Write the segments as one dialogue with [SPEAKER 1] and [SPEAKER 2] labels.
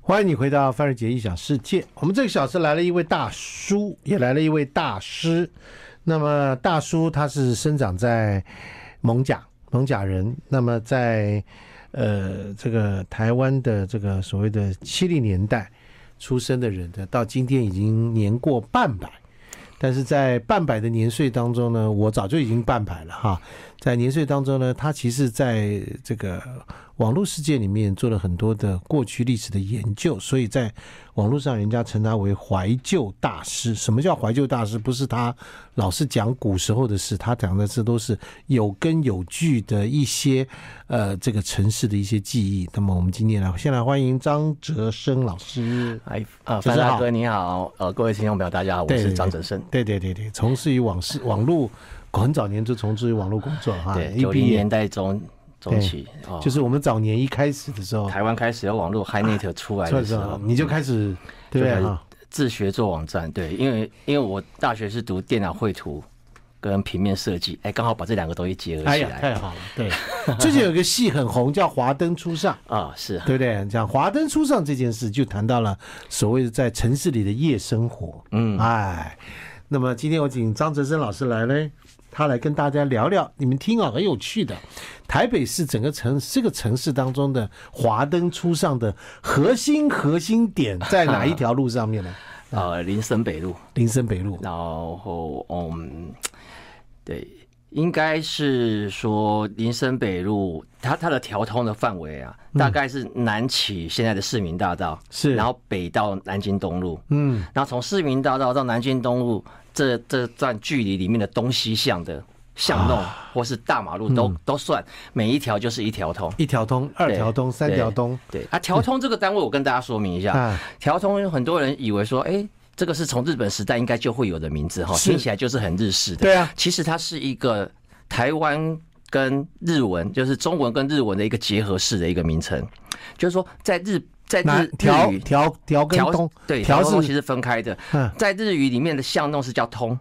[SPEAKER 1] 欢迎你回到范瑞杰一小世界。我们这个小时来了一位大叔，也来了一位大师。那么大叔他是生长在蒙甲，蒙甲人。那么在呃这个台湾的这个所谓的七零年代出生的人呢，到今天已经年过半百。但是在半百的年岁当中呢，我早就已经半百了哈。在年岁当中呢，他其实在这个网络世界里面做了很多的过去历史的研究，所以在网络上人家称他为怀旧大师。什么叫怀旧大师？不是他老是讲古时候的事，他讲的这都是有根有据的一些呃这个城市的一些记忆。那么我们今天来，先来欢迎张哲生老师。
[SPEAKER 2] 哎，呃，
[SPEAKER 1] 哲
[SPEAKER 2] 范
[SPEAKER 1] 生
[SPEAKER 2] 大
[SPEAKER 1] 好
[SPEAKER 2] 哥你好，呃，各位听众朋友大家好，我
[SPEAKER 1] 对
[SPEAKER 2] 是张哲生。
[SPEAKER 1] 对对对对，从事于网事网络，很早年就从事于网络工作哈。
[SPEAKER 2] 对，
[SPEAKER 1] 一
[SPEAKER 2] 啊九
[SPEAKER 1] 毕
[SPEAKER 2] 零
[SPEAKER 1] 业
[SPEAKER 2] 年代中中期，哦，
[SPEAKER 1] 就是啊我们早年一开始的时候，
[SPEAKER 2] 台湾开始有网络 HiNet 出来
[SPEAKER 1] 算的
[SPEAKER 2] 的
[SPEAKER 1] 时
[SPEAKER 2] 时
[SPEAKER 1] 候
[SPEAKER 2] 候，
[SPEAKER 1] 你就开始对不
[SPEAKER 2] 就
[SPEAKER 1] 对
[SPEAKER 2] 开
[SPEAKER 1] 啊
[SPEAKER 2] 始
[SPEAKER 1] 哈？
[SPEAKER 2] 自学做网站。对，因为因为我大学是读电脑绘图跟平面设计，哎，刚好把这两个东西结合
[SPEAKER 1] 哎
[SPEAKER 2] 起
[SPEAKER 1] 呀，
[SPEAKER 2] 来。
[SPEAKER 1] 太好了！对， 最近有一个戏很红，叫《华灯初上》。
[SPEAKER 2] 啊，是
[SPEAKER 1] 对不对？讲华灯初上这件事，就谈到了所谓的在城市里的夜生活。嗯，哎，那么今天我请张哲生老师来呢，他来跟大家聊聊，你们听啊，很有趣的。台北市整个城这个城市当中的华灯初上的核心核心点在哪一条路上面 呢？
[SPEAKER 2] 呃，林森北路，
[SPEAKER 1] 林森北路。
[SPEAKER 2] 然后嗯，对，应该是说林森北路，它它的调通的范围啊，大概是南起现在的市民大道，
[SPEAKER 1] 嗯是
[SPEAKER 2] 然后北到南京东路，
[SPEAKER 1] 嗯，
[SPEAKER 2] 然后从市民大道到南京东路这这段距离里面的东西向的巷弄
[SPEAKER 1] 啊
[SPEAKER 2] 或是大马路都、
[SPEAKER 1] 嗯
[SPEAKER 2] 都算，每一条就是一条通。
[SPEAKER 1] 一条通，二
[SPEAKER 2] 对
[SPEAKER 1] 条通，三
[SPEAKER 2] 对
[SPEAKER 1] 条通。
[SPEAKER 2] 对啊，调通这个单位我跟大家说明一下，
[SPEAKER 1] 啊，
[SPEAKER 2] 调通有很多人以为说，哎、这个是从日本时代应该就会有的名字哈，
[SPEAKER 1] 是
[SPEAKER 2] 听起来就是很日式的。
[SPEAKER 1] 对啊，
[SPEAKER 2] 其实它是一个台湾跟日文，就是中文跟日文的一个结合式的一个名称，就是说在日在
[SPEAKER 1] 那
[SPEAKER 2] 日
[SPEAKER 1] 条
[SPEAKER 2] 日语
[SPEAKER 1] 条条跟
[SPEAKER 2] 调
[SPEAKER 1] 通，
[SPEAKER 2] 对
[SPEAKER 1] 条
[SPEAKER 2] 调东西
[SPEAKER 1] 是
[SPEAKER 2] 是分开的
[SPEAKER 1] 嗯，
[SPEAKER 2] 在日语里面的巷弄是叫通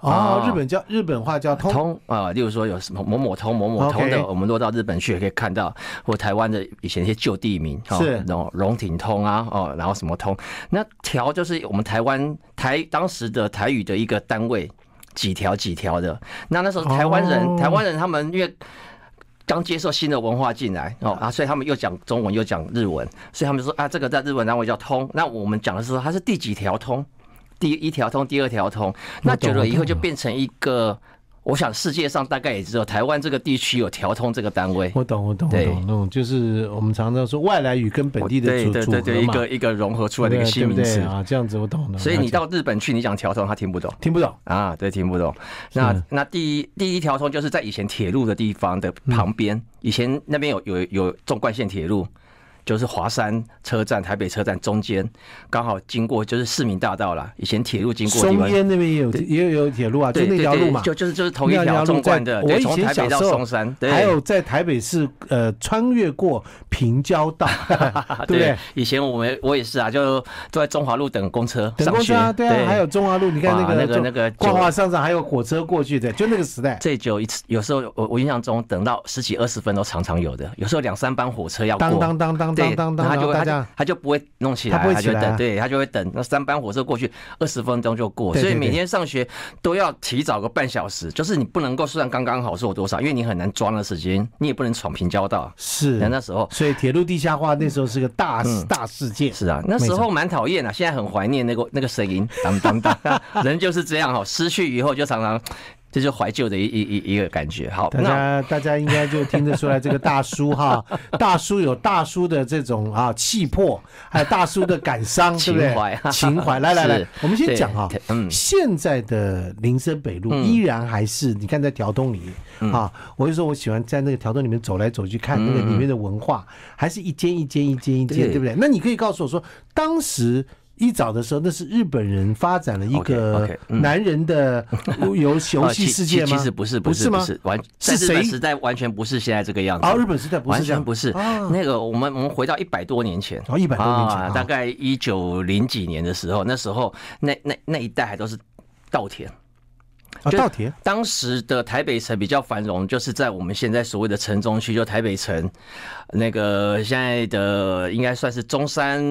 [SPEAKER 1] 哦，
[SPEAKER 2] 啊
[SPEAKER 1] 日本叫日本话叫通，
[SPEAKER 2] 通啊，例如说有什么某某通某某通
[SPEAKER 1] OK
[SPEAKER 2] 的，我们落到日本去也可以看到，或台湾的以前一些旧地名，哦
[SPEAKER 1] 是
[SPEAKER 2] 龙龙挺通啊，哦，然后什么通，那条就是我们台湾台当时的台语的一个单位，几条几条的。那那时候台湾人，
[SPEAKER 1] 哦
[SPEAKER 2] 台湾人他们因为。刚接受新的文化进来哦啊，所以他们又讲中文又讲日文，所以他们说啊，这个在日文单位叫通。那我们讲的是说它是第几条通，第一条通，第二条通。那久了以后就变成一个，我想世界上大概也只有台湾这个地区有调通这个单位。
[SPEAKER 1] 我懂，我懂，我
[SPEAKER 2] 对
[SPEAKER 1] 懂，那种就是我们常常说外来语跟本地的
[SPEAKER 2] 对
[SPEAKER 1] 组
[SPEAKER 2] 对
[SPEAKER 1] 组
[SPEAKER 2] 对
[SPEAKER 1] 合
[SPEAKER 2] 对，一
[SPEAKER 1] 嘛，
[SPEAKER 2] 个一个融合出来的一个
[SPEAKER 1] 对
[SPEAKER 2] 新
[SPEAKER 1] 不
[SPEAKER 2] 名
[SPEAKER 1] 对
[SPEAKER 2] 词。
[SPEAKER 1] 啊，这样子我懂了。
[SPEAKER 2] 所以你
[SPEAKER 1] 了
[SPEAKER 2] 到日本去，你讲调通，他听不懂
[SPEAKER 1] 解听不懂，
[SPEAKER 2] 啊。对，听不懂。那
[SPEAKER 1] 是
[SPEAKER 2] 那第一第一条通就是在以前铁路的地方的
[SPEAKER 1] 嗯
[SPEAKER 2] 旁边，以前那边有有有纵贯线铁路。就是华山车站、台北车站中间，刚好经过就是市民大道啦。以前铁路经过的地
[SPEAKER 1] 松
[SPEAKER 2] 方，
[SPEAKER 1] 烟那边也有也有铁路啊，就
[SPEAKER 2] 对
[SPEAKER 1] 那条
[SPEAKER 2] 对对
[SPEAKER 1] 路嘛。
[SPEAKER 2] 就就是就是同一
[SPEAKER 1] 那条
[SPEAKER 2] 条
[SPEAKER 1] 路
[SPEAKER 2] 纵贯
[SPEAKER 1] 在
[SPEAKER 2] 的，
[SPEAKER 1] 我
[SPEAKER 2] 对，
[SPEAKER 1] 以
[SPEAKER 2] 从
[SPEAKER 1] 前
[SPEAKER 2] 台
[SPEAKER 1] 小
[SPEAKER 2] 北到
[SPEAKER 1] 时候
[SPEAKER 2] 松山，对，
[SPEAKER 1] 还有在台北市呃穿越过平交道，对不对？
[SPEAKER 2] 啊以前我们我也是啊，就坐在中华路等公车
[SPEAKER 1] 等
[SPEAKER 2] 上
[SPEAKER 1] 公
[SPEAKER 2] 学
[SPEAKER 1] 车啊，对啊，还有中华路，你看
[SPEAKER 2] 哇
[SPEAKER 1] 那个
[SPEAKER 2] 那个
[SPEAKER 1] 中
[SPEAKER 2] 那个
[SPEAKER 1] 光
[SPEAKER 2] 九
[SPEAKER 1] 华商场还有火车过去的，就那个时代，
[SPEAKER 2] 最久一次，有时候我我印象中等到十几二十分都常常有的，有时候两三班火车要过。
[SPEAKER 1] 当当当当
[SPEAKER 2] 对，
[SPEAKER 1] 当当当，
[SPEAKER 2] 他
[SPEAKER 1] 然
[SPEAKER 2] 就
[SPEAKER 1] 后
[SPEAKER 2] 会
[SPEAKER 1] 大
[SPEAKER 2] 他
[SPEAKER 1] 家
[SPEAKER 2] 就他就不会弄起来，
[SPEAKER 1] 他不会
[SPEAKER 2] 就
[SPEAKER 1] 起来啊
[SPEAKER 2] 等，对他就会等那三班火车过去，二十分钟就过，
[SPEAKER 1] 对对
[SPEAKER 2] 所以每
[SPEAKER 1] 对
[SPEAKER 2] 天上学都要提早个半小时，就是你不能够算刚刚好做多少，因为你很难抓那时间，你也不能闯平交道。
[SPEAKER 1] 是
[SPEAKER 2] 那那时候
[SPEAKER 1] 所以铁路地下化那时候是个大、大事件。
[SPEAKER 2] 是啊，那时候蛮讨厌的，现在很怀念那个那个声 音，当当当，人就是这样哈、失去以后就常常，这就怀旧的一一一一个感觉。好，
[SPEAKER 1] 大
[SPEAKER 2] 那
[SPEAKER 1] 家大家应该就听得出来，这个大叔 哈，大叔有大叔的这种啊气魄，还有大叔的感 伤，对不对？
[SPEAKER 2] 情怀
[SPEAKER 1] 情怀。来来来
[SPEAKER 2] 是，
[SPEAKER 1] 我们先讲哈
[SPEAKER 2] 对，嗯
[SPEAKER 1] 现在的林森北路依然还是你看在条东里
[SPEAKER 2] 嗯
[SPEAKER 1] 啊，我就说我喜欢在那个条东里面走来走去，看那个里面的文化，还是一间一间一间一间，
[SPEAKER 2] 对
[SPEAKER 1] 对不对？那你可以告诉我说，当时。一早的时候，那是日本人发展了一个
[SPEAKER 2] OK，OK，嗯
[SPEAKER 1] 男人的游 游
[SPEAKER 2] 呃
[SPEAKER 1] 戏
[SPEAKER 2] 其
[SPEAKER 1] 世界
[SPEAKER 2] 其
[SPEAKER 1] 吗？
[SPEAKER 2] 其实不是，
[SPEAKER 1] 不
[SPEAKER 2] 不是，不
[SPEAKER 1] 吗？
[SPEAKER 2] 是，完
[SPEAKER 1] 是
[SPEAKER 2] 在日本
[SPEAKER 1] 谁
[SPEAKER 2] 时代完全不是现在这个样子。
[SPEAKER 1] 啊，日本时代不
[SPEAKER 2] 完
[SPEAKER 1] 是这样，
[SPEAKER 2] 全不是，
[SPEAKER 1] 啊
[SPEAKER 2] 那个我们我们回到一百多年前，
[SPEAKER 1] 哦，一百多年前，
[SPEAKER 2] 啊
[SPEAKER 1] 啊，
[SPEAKER 2] 大概一九零几年的时候，那时候那那那一带还都是稻田，
[SPEAKER 1] 啊，
[SPEAKER 2] 就
[SPEAKER 1] 稻田
[SPEAKER 2] 当时的台北城比较繁荣，就是在我们现在所谓的城中区，就台北城那个现在的应该算是中山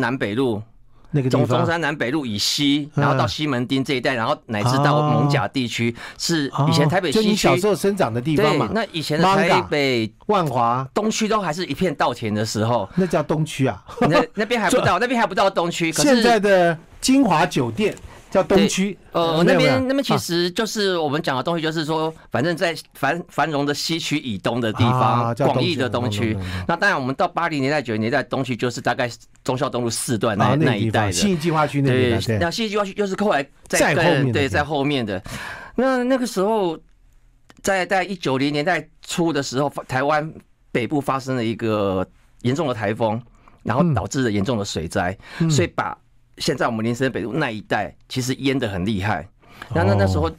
[SPEAKER 2] 南北路，
[SPEAKER 1] 那个地
[SPEAKER 2] 中中
[SPEAKER 1] 方，嗯
[SPEAKER 2] 山南北路以西，然后到西门町这一带，然后乃至到
[SPEAKER 1] 哦
[SPEAKER 2] 蒙甲地区，是
[SPEAKER 1] 哦
[SPEAKER 2] 以前台北
[SPEAKER 1] 就
[SPEAKER 2] 西
[SPEAKER 1] 你
[SPEAKER 2] 区
[SPEAKER 1] 小。时候生长的地方
[SPEAKER 2] 对
[SPEAKER 1] 嘛，，
[SPEAKER 2] 那以前的
[SPEAKER 1] Manga
[SPEAKER 2] 台北
[SPEAKER 1] 万华
[SPEAKER 2] 东区都还是一片稻田的时候，
[SPEAKER 1] 那叫东区啊，
[SPEAKER 2] 那那边 还不到，那边还不到东区。 可
[SPEAKER 1] 现
[SPEAKER 2] 是
[SPEAKER 1] 在的金华酒店叫东区，
[SPEAKER 2] 呃，
[SPEAKER 1] 没
[SPEAKER 2] 那
[SPEAKER 1] 有没有
[SPEAKER 2] 边那边其
[SPEAKER 1] 啊
[SPEAKER 2] 实就是我们讲的东西，就是说，反正在繁繁荣的西区以东的地
[SPEAKER 1] 啊
[SPEAKER 2] 方，
[SPEAKER 1] 叫
[SPEAKER 2] 广
[SPEAKER 1] 东
[SPEAKER 2] 义
[SPEAKER 1] 区
[SPEAKER 2] 的东区
[SPEAKER 1] 懂懂懂懂。
[SPEAKER 2] 那当然，我们到八零年代、九零年代，东区就是大概忠孝东路四段那
[SPEAKER 1] 啊
[SPEAKER 2] 那
[SPEAKER 1] 那
[SPEAKER 2] 一
[SPEAKER 1] 一
[SPEAKER 2] 带
[SPEAKER 1] 带
[SPEAKER 2] 的。
[SPEAKER 1] 信义计划区那边
[SPEAKER 2] 对
[SPEAKER 1] 的，，对
[SPEAKER 2] 那戏剧化又是后来
[SPEAKER 1] 再
[SPEAKER 2] 在
[SPEAKER 1] 后面的
[SPEAKER 2] 对，
[SPEAKER 1] 对
[SPEAKER 2] 在后面的。那那个时候，在在一九零年代初的时候，发台湾北部发生了一个严重的台风，然后
[SPEAKER 1] 嗯
[SPEAKER 2] 导致了严重的水灾，
[SPEAKER 1] 嗯
[SPEAKER 2] 所以把现在我们林森北路那一带其实淹得很厉害。那那
[SPEAKER 1] 哦
[SPEAKER 2] 那时候，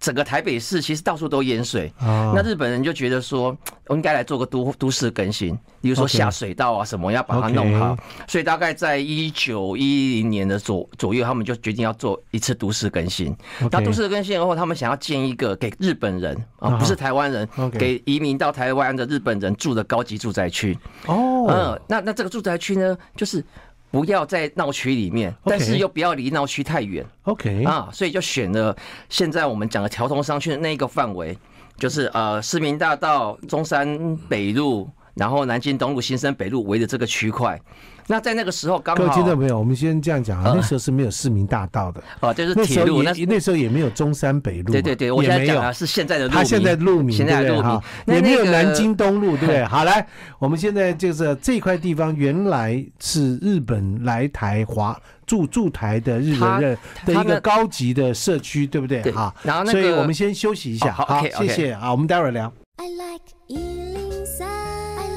[SPEAKER 2] 整个台北市其实到处都淹水。
[SPEAKER 1] 啊
[SPEAKER 2] 那日本人就觉得说，我应该来做个都都市更新，比如说
[SPEAKER 1] OK
[SPEAKER 2] 下水道啊什么，要把它弄好。所以大概在一九一零年的左左右，他们就决定要做一次都市更新。那都市更新以后，他们想要建一个给日本人
[SPEAKER 1] 啊
[SPEAKER 2] 啊，
[SPEAKER 1] 哈
[SPEAKER 2] 不是台湾人
[SPEAKER 1] OK，
[SPEAKER 2] 给移民到台湾的日本人住的高级住宅区。
[SPEAKER 1] 哦
[SPEAKER 2] 嗯，，那那这个住宅区呢，就是。不要在闹区里面，但是又不要离闹区太远
[SPEAKER 1] OK，
[SPEAKER 2] 啊，所以就选了现在我们讲的调通商圈的那一个范围，就是呃市民大道、中山北路，然后南京东路、新生北路围着这个区块。那在那个时候刚
[SPEAKER 1] 各位
[SPEAKER 2] 好
[SPEAKER 1] 听众朋友，我们先这样讲啊，那时候是没有市民大道的，
[SPEAKER 2] 哦，就是
[SPEAKER 1] 那时
[SPEAKER 2] 铁
[SPEAKER 1] 候
[SPEAKER 2] 路，
[SPEAKER 1] 也
[SPEAKER 2] 那
[SPEAKER 1] 那时候也没有中山北路嘛，
[SPEAKER 2] 对对对，我
[SPEAKER 1] 也
[SPEAKER 2] 现在
[SPEAKER 1] 没
[SPEAKER 2] 讲
[SPEAKER 1] 有。
[SPEAKER 2] 的是现在的路名，
[SPEAKER 1] 他现在路名，
[SPEAKER 2] 现在的
[SPEAKER 1] 对不
[SPEAKER 2] 路
[SPEAKER 1] 对
[SPEAKER 2] 名
[SPEAKER 1] 哈，
[SPEAKER 2] 那
[SPEAKER 1] 也没有
[SPEAKER 2] 那个
[SPEAKER 1] 南京东路，对不 对？好，来，我们现在就是这块地方原来是日本来台华驻驻台的日本人的
[SPEAKER 2] 他
[SPEAKER 1] 一
[SPEAKER 2] 他
[SPEAKER 1] 个
[SPEAKER 2] 们
[SPEAKER 1] 高级的社区，对不对？
[SPEAKER 2] 对
[SPEAKER 1] 哈，
[SPEAKER 2] 然后那
[SPEAKER 1] 所以
[SPEAKER 2] 个
[SPEAKER 1] 我们先休息一下，
[SPEAKER 2] 哦好
[SPEAKER 1] 好，
[SPEAKER 2] OK，OK
[SPEAKER 1] 谢谢啊，我们待会儿聊。
[SPEAKER 3] I like Ealing Sound. I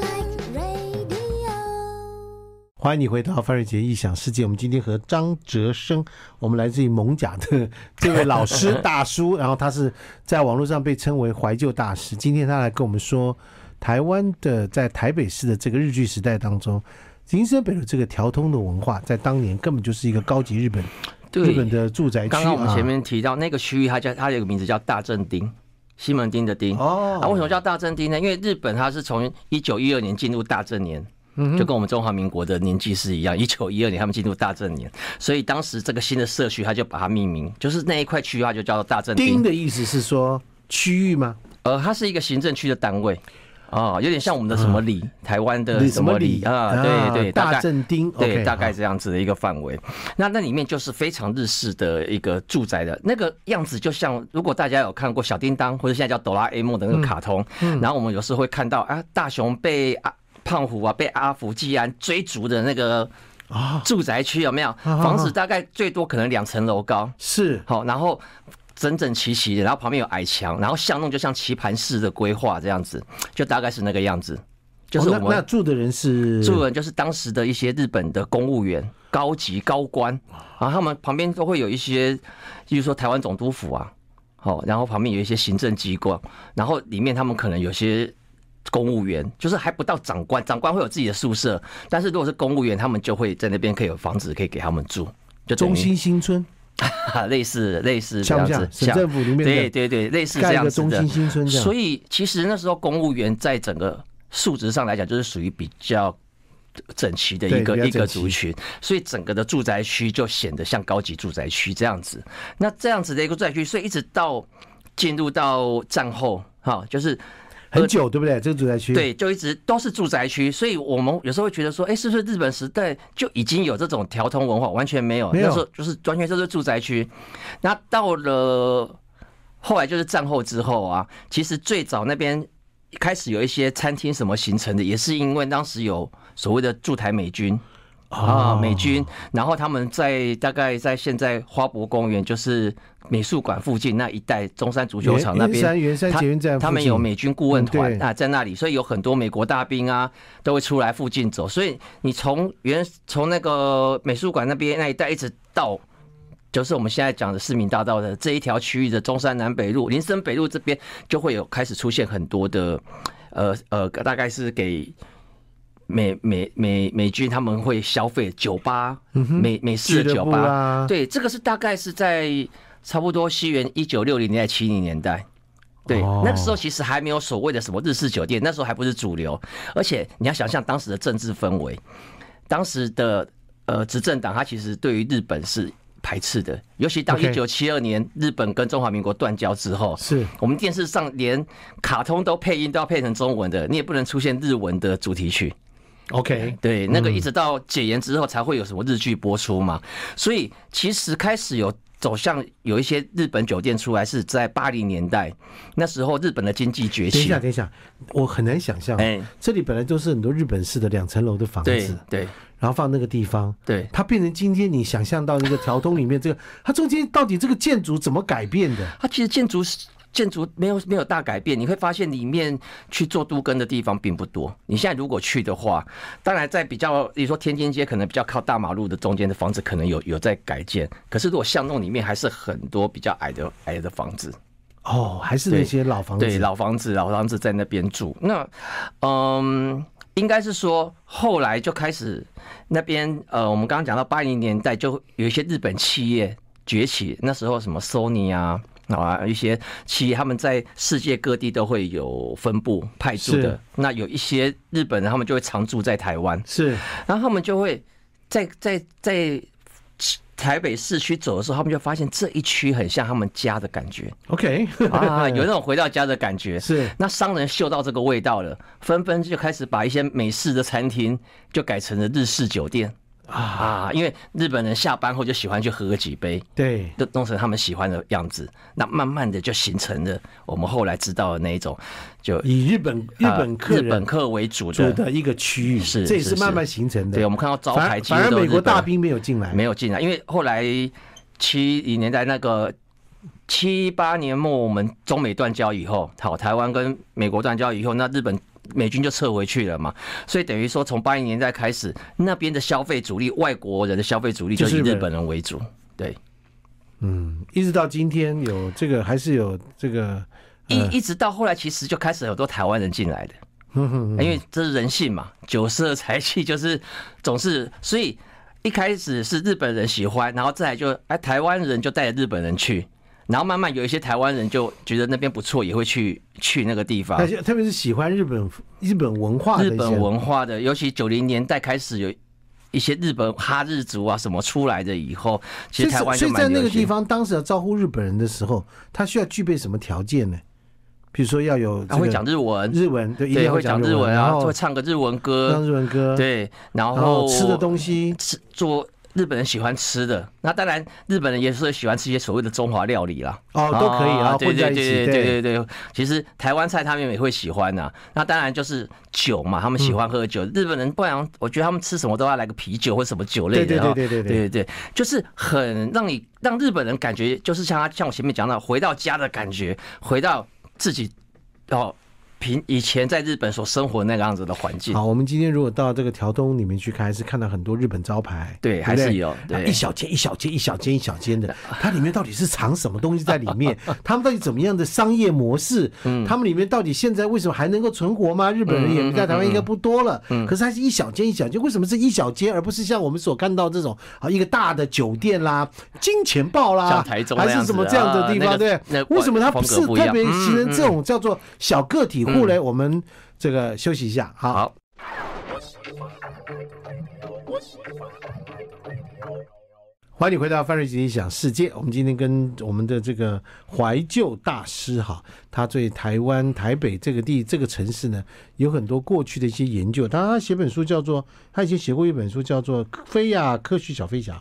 [SPEAKER 3] like radio.
[SPEAKER 1] 欢迎你回到范瑞杰异想世界。我们今天和张哲生，我们来自于蒙甲的这位老师大叔，然后他是在网络上被称为怀旧大师。今天他来跟我们说，台湾的在台北市的这个日据时代当中，林森北路这个调通的文化，在当年根本就是一个高级日本日本
[SPEAKER 2] 对。
[SPEAKER 1] 的住宅区。
[SPEAKER 2] 刚刚我们前、面提到那个区域，它叫它有个名字叫大正町，西门町的町。
[SPEAKER 1] 啊、
[SPEAKER 2] 啊，
[SPEAKER 1] 哦，
[SPEAKER 2] 为什么叫大正町呢？因为日本它是从一九一二年进入大正年。就跟我们中华民国的年纪是一样，一九一二年他们进入大正年，所以当时这个新的社区，它就把它命名，就是那一块区域，它就叫做大正
[SPEAKER 1] 丁
[SPEAKER 2] 町。
[SPEAKER 1] 的意思是说区域吗？
[SPEAKER 2] 呃，它是一个行政区的单位，啊、有点像我们的什么里，台湾的什么里啊，对对，大
[SPEAKER 1] 呃大
[SPEAKER 2] 概
[SPEAKER 1] 正丁，
[SPEAKER 2] 对，
[SPEAKER 1] OK，
[SPEAKER 2] 大概
[SPEAKER 1] 好
[SPEAKER 2] 这样子的一个范围。那那里面就是非常日式的一个住宅的那个样子，就像如果大家有看过小叮当或者现在叫哆啦 A 梦的那
[SPEAKER 1] 嗯
[SPEAKER 2] 个卡通，然后我们有时候会看到啊，大雄被啊胖虎啊被阿福季安追逐的那个
[SPEAKER 1] 啊
[SPEAKER 2] 住宅区有没有？
[SPEAKER 1] 啊
[SPEAKER 2] 房子大概最多可能两层楼高，
[SPEAKER 1] 是
[SPEAKER 2] 好，然后整整齐齐的，然后旁边有矮墙，然后巷弄就像棋盘式的规划这样子，就大概是那个样子。就是
[SPEAKER 1] 哦
[SPEAKER 2] 我
[SPEAKER 1] 那那
[SPEAKER 2] 们
[SPEAKER 1] 住的人是
[SPEAKER 2] 住人就是当时的一些日本的公务员、高级高官，然后他们旁边都会有一些，比如说台湾总督府啊，好，然后旁边有一些行政机关，然后里面他们可能有些。公务员就是还不到长官，长官会有自己的宿舍，但是如果是公务员，他们就会在那边可以有房子可以给他们住，就等于
[SPEAKER 1] 中心新村，
[SPEAKER 2] 啊， 类似类似这
[SPEAKER 1] 像
[SPEAKER 2] 样
[SPEAKER 1] 不
[SPEAKER 2] 子，
[SPEAKER 1] 像省政府里面的
[SPEAKER 2] 对对对，类似这
[SPEAKER 1] 盖一
[SPEAKER 2] 样
[SPEAKER 1] 个
[SPEAKER 2] 子
[SPEAKER 1] 中
[SPEAKER 2] 的
[SPEAKER 1] 心。新村这样？
[SPEAKER 2] 所
[SPEAKER 1] 以
[SPEAKER 2] 以其实那时候公务员在整个数值上来讲，就是属于比较整齐的一个
[SPEAKER 1] 对比
[SPEAKER 2] 一
[SPEAKER 1] 较整
[SPEAKER 2] 个
[SPEAKER 1] 齐
[SPEAKER 2] 族群，所以整个的住宅区就显得像高级住宅区这样子。那这样子的一个住宅区，所以一直到进入到战后，哈，就是
[SPEAKER 1] 很久对不对？这个住宅区
[SPEAKER 2] 对，就一直都是住宅区，所以我们有时候会觉得说，哎、是不是日本时代就已经有这种调通文化？完全没有，
[SPEAKER 1] 没有
[SPEAKER 2] 那时候就是完全就是住宅区。那到了后来就是战后之后啊，其实最早那边开始有一些餐厅什么形成的，也是因为当时有所谓的驻台美军。
[SPEAKER 1] 哦
[SPEAKER 2] 啊，美军，然后他们在大概在现在花博公园，就是美术馆附近那一带，中山足球
[SPEAKER 1] 圆
[SPEAKER 2] 场那
[SPEAKER 1] 圆
[SPEAKER 2] 边，
[SPEAKER 1] 山圆山
[SPEAKER 2] 他
[SPEAKER 1] 捷运站
[SPEAKER 2] 他们
[SPEAKER 1] 附近
[SPEAKER 2] 有美军顾问
[SPEAKER 1] 嗯
[SPEAKER 2] 团
[SPEAKER 1] 对
[SPEAKER 2] 啊，在那里，所以有很多美国大兵啊都会出来附近走。所以你从原从那个美术馆那边那一带一直到，就是我们现在讲的市民大道的这一条区域的中山南北路、林森北路这边，就会有开始出现很多的，呃呃，大概是给。美美美美军他们会消费酒吧，美美
[SPEAKER 1] 嗯
[SPEAKER 2] 式
[SPEAKER 1] 俱
[SPEAKER 2] 的
[SPEAKER 1] 乐
[SPEAKER 2] 酒
[SPEAKER 1] 部
[SPEAKER 2] 吧，
[SPEAKER 1] 啊，
[SPEAKER 2] 对，这个是大概是在差不多西元一九六零年代、七零年代。对，
[SPEAKER 1] 哦
[SPEAKER 2] 那个时候其实还没有所谓的什么日式酒店，那时候还不是主流。而且你要想象当时的政治氛围，当时的呃执政党他其实对于日本是排斥的，尤其到
[SPEAKER 1] OK
[SPEAKER 2] 一九七二年日本跟中华民国断交之后，
[SPEAKER 1] 是
[SPEAKER 2] 我们电视上连卡通都配音都要配成中文的，你也不能出现日文的主题曲。
[SPEAKER 1] OK，
[SPEAKER 2] 对，那个
[SPEAKER 1] 嗯
[SPEAKER 2] 一直到解严之后才会有什么日剧播出嘛，所以其实开始有走向有一些日本酒店出来是在八零年代，那时候日本的经济崛
[SPEAKER 1] 等一
[SPEAKER 2] 起
[SPEAKER 1] 下，，等一下，我很难想象，
[SPEAKER 2] 哎
[SPEAKER 1] 这里本来都是很多日本式的两层楼的房
[SPEAKER 2] 对
[SPEAKER 1] 子，
[SPEAKER 2] 对
[SPEAKER 1] 然后放那个地方，
[SPEAKER 2] 对，
[SPEAKER 1] 它变成今天你想象到那个条通里面这个， 它中间到底这个建筑怎么改变的？
[SPEAKER 2] 它其实建筑是建筑没有没有大改变，你会发现里面去做都根的地方并不多。你现在如果去的话，当然在比较，比如说天津街可能比较靠大马路的中间的房子可能有有在改建，可是如果巷弄里面还是很多比较矮的矮的房子。
[SPEAKER 1] 哦，还是那些老房子，
[SPEAKER 2] 对，老房子，老房子在那边住。那，嗯，应该是说后来就开始那边，呃，我们刚刚讲到八零年代，就有一些日本企业崛起，那时候什么 Sony 啊。啊，一些企业他们在世界各地都会有分部派驻的
[SPEAKER 1] 是。
[SPEAKER 2] 那有一些日本人，他们就会常住在台湾。
[SPEAKER 1] 是
[SPEAKER 2] 然后他们就会在在在台北市区走的时候，他们就发现这一区很像他们家的感觉
[SPEAKER 1] OK，
[SPEAKER 2] 啊，有那种回到家的感觉。
[SPEAKER 1] 是
[SPEAKER 2] 那商人嗅到这个味道了，纷纷就开始把一些美式的餐厅就改成了日式酒店
[SPEAKER 1] 啊，
[SPEAKER 2] 啊，因为日本人下班后就喜欢去喝几杯，
[SPEAKER 1] 对，
[SPEAKER 2] 就弄成他们喜欢的样子。那慢慢的就形成了我们后来知道的那一种，就
[SPEAKER 1] 以日本日
[SPEAKER 2] 呃
[SPEAKER 1] 本客
[SPEAKER 2] 日本
[SPEAKER 1] 人
[SPEAKER 2] 客为主
[SPEAKER 1] 住
[SPEAKER 2] 的。
[SPEAKER 1] 的一个区域，
[SPEAKER 2] 是
[SPEAKER 1] 这也
[SPEAKER 2] 是
[SPEAKER 1] 是慢
[SPEAKER 2] 是
[SPEAKER 1] 慢形成的。
[SPEAKER 2] 对，我们看到招
[SPEAKER 1] 反
[SPEAKER 2] 牌
[SPEAKER 1] 而
[SPEAKER 2] 其
[SPEAKER 1] 反
[SPEAKER 2] 实
[SPEAKER 1] 而
[SPEAKER 2] 都是
[SPEAKER 1] 美国
[SPEAKER 2] 日本
[SPEAKER 1] 大兵没有进来，
[SPEAKER 2] 没有进来，因为后来七零年代那个七八年末我们中美断交以后，好，台湾跟美国断交以后，那日本美军就撤回去了嘛，所以等于说从八零年代开始，那边的消费主力，外国人的消费主力就
[SPEAKER 1] 就是
[SPEAKER 2] 以
[SPEAKER 1] 日本
[SPEAKER 2] 日
[SPEAKER 1] 人
[SPEAKER 2] 本人为主，对，
[SPEAKER 1] 一直到今天有这个还是有这个，
[SPEAKER 2] 一
[SPEAKER 1] 嗯
[SPEAKER 2] 一直到后来其实就开始有很多台湾人进来的。
[SPEAKER 1] 哼哼
[SPEAKER 2] 因为这是人性嘛，酒色财气就是总是，所以一开始是日本人喜欢，然后再来就哎台湾人就带着日本人去，然后慢慢有一些台湾人就觉得那边不错，也会去去那个地方
[SPEAKER 1] 而。且特别是喜欢日本日本文化的
[SPEAKER 2] 啊日
[SPEAKER 1] 一些
[SPEAKER 2] 本文化的，尤其九零年代开始有一些日本哈日族啊什么出来的以后，其
[SPEAKER 1] 所以
[SPEAKER 2] 实台湾
[SPEAKER 1] 所
[SPEAKER 2] 就
[SPEAKER 1] 以在
[SPEAKER 2] 蛮
[SPEAKER 1] 那
[SPEAKER 2] 流
[SPEAKER 1] 个地
[SPEAKER 2] 行。
[SPEAKER 1] 方，当时要招呼日本人的时候，他需要具备什么条件呢？比如说要有这个
[SPEAKER 2] 他啊会讲日文，
[SPEAKER 1] 日文，对，一定
[SPEAKER 2] 对，
[SPEAKER 1] 要
[SPEAKER 2] 会讲
[SPEAKER 1] 日
[SPEAKER 2] 日文，
[SPEAKER 1] 然
[SPEAKER 2] 然后
[SPEAKER 1] 后
[SPEAKER 2] 会唱个日文
[SPEAKER 1] 唱
[SPEAKER 2] 歌，
[SPEAKER 1] 日文歌，，
[SPEAKER 2] 对，然
[SPEAKER 1] 然后
[SPEAKER 2] 后
[SPEAKER 1] 吃的东西
[SPEAKER 2] 吃做日本人喜欢吃的，那当然日本人也是喜欢吃一些所谓的中华料理啦，
[SPEAKER 1] 哦都可以啊，
[SPEAKER 2] 对
[SPEAKER 1] 混在
[SPEAKER 2] 对
[SPEAKER 1] 一起，
[SPEAKER 2] 对对对对对，其实台湾菜他们也会喜欢呐、那当然就是酒嘛，他们喜欢喝酒。
[SPEAKER 1] 嗯
[SPEAKER 2] 日本人不然我觉得他们吃什么都要来个啤酒或什么酒类的、
[SPEAKER 1] 对对对
[SPEAKER 2] 啊，
[SPEAKER 1] 对对对
[SPEAKER 2] 对对对，就是很让你让日本人感觉就是像他像我前面讲到回到家的感觉，回到自己哦平以前在日本所生活那个样子的环境。
[SPEAKER 1] 好，我们今天如果到这个条东里面去看，还是看到很多日本招牌，
[SPEAKER 2] 对
[SPEAKER 1] 不
[SPEAKER 2] 还是有对
[SPEAKER 1] 啊一小间一小间一小间一小间 的，它里面到底是藏什么东西在里面？他们到底怎么样的商业模式？
[SPEAKER 2] 嗯
[SPEAKER 1] 他们里面到底现在为什么还能够存活吗？日本人也在台
[SPEAKER 2] 嗯
[SPEAKER 1] 湾应该不多了，可是它是一小间一小间，为什么是一小间，而不是像我们所看到这种啊一个大的酒店啦、金钱豹啦，
[SPEAKER 2] 像台中
[SPEAKER 1] 还
[SPEAKER 2] 那样
[SPEAKER 1] 是
[SPEAKER 2] 子
[SPEAKER 1] 什么这样的
[SPEAKER 2] 啊
[SPEAKER 1] 地
[SPEAKER 2] 那
[SPEAKER 1] 方？
[SPEAKER 2] 个
[SPEAKER 1] 对
[SPEAKER 2] 那，个
[SPEAKER 1] 为什么它不
[SPEAKER 2] 风格
[SPEAKER 1] 是
[SPEAKER 2] 不一样
[SPEAKER 1] 特别形成
[SPEAKER 2] 嗯嗯嗯
[SPEAKER 1] 这种叫做小个体户嘞？我们这个休息一下，好。
[SPEAKER 2] 好，
[SPEAKER 1] 欢迎你回到范瑞杰理想世界。我们今天跟我们的这个怀旧大师哈，他对台湾台北这个地这个城市呢，有很多过去的一些研究。当然，他写本书叫做，他以前写过一本书叫做《飞呀科学小飞侠》。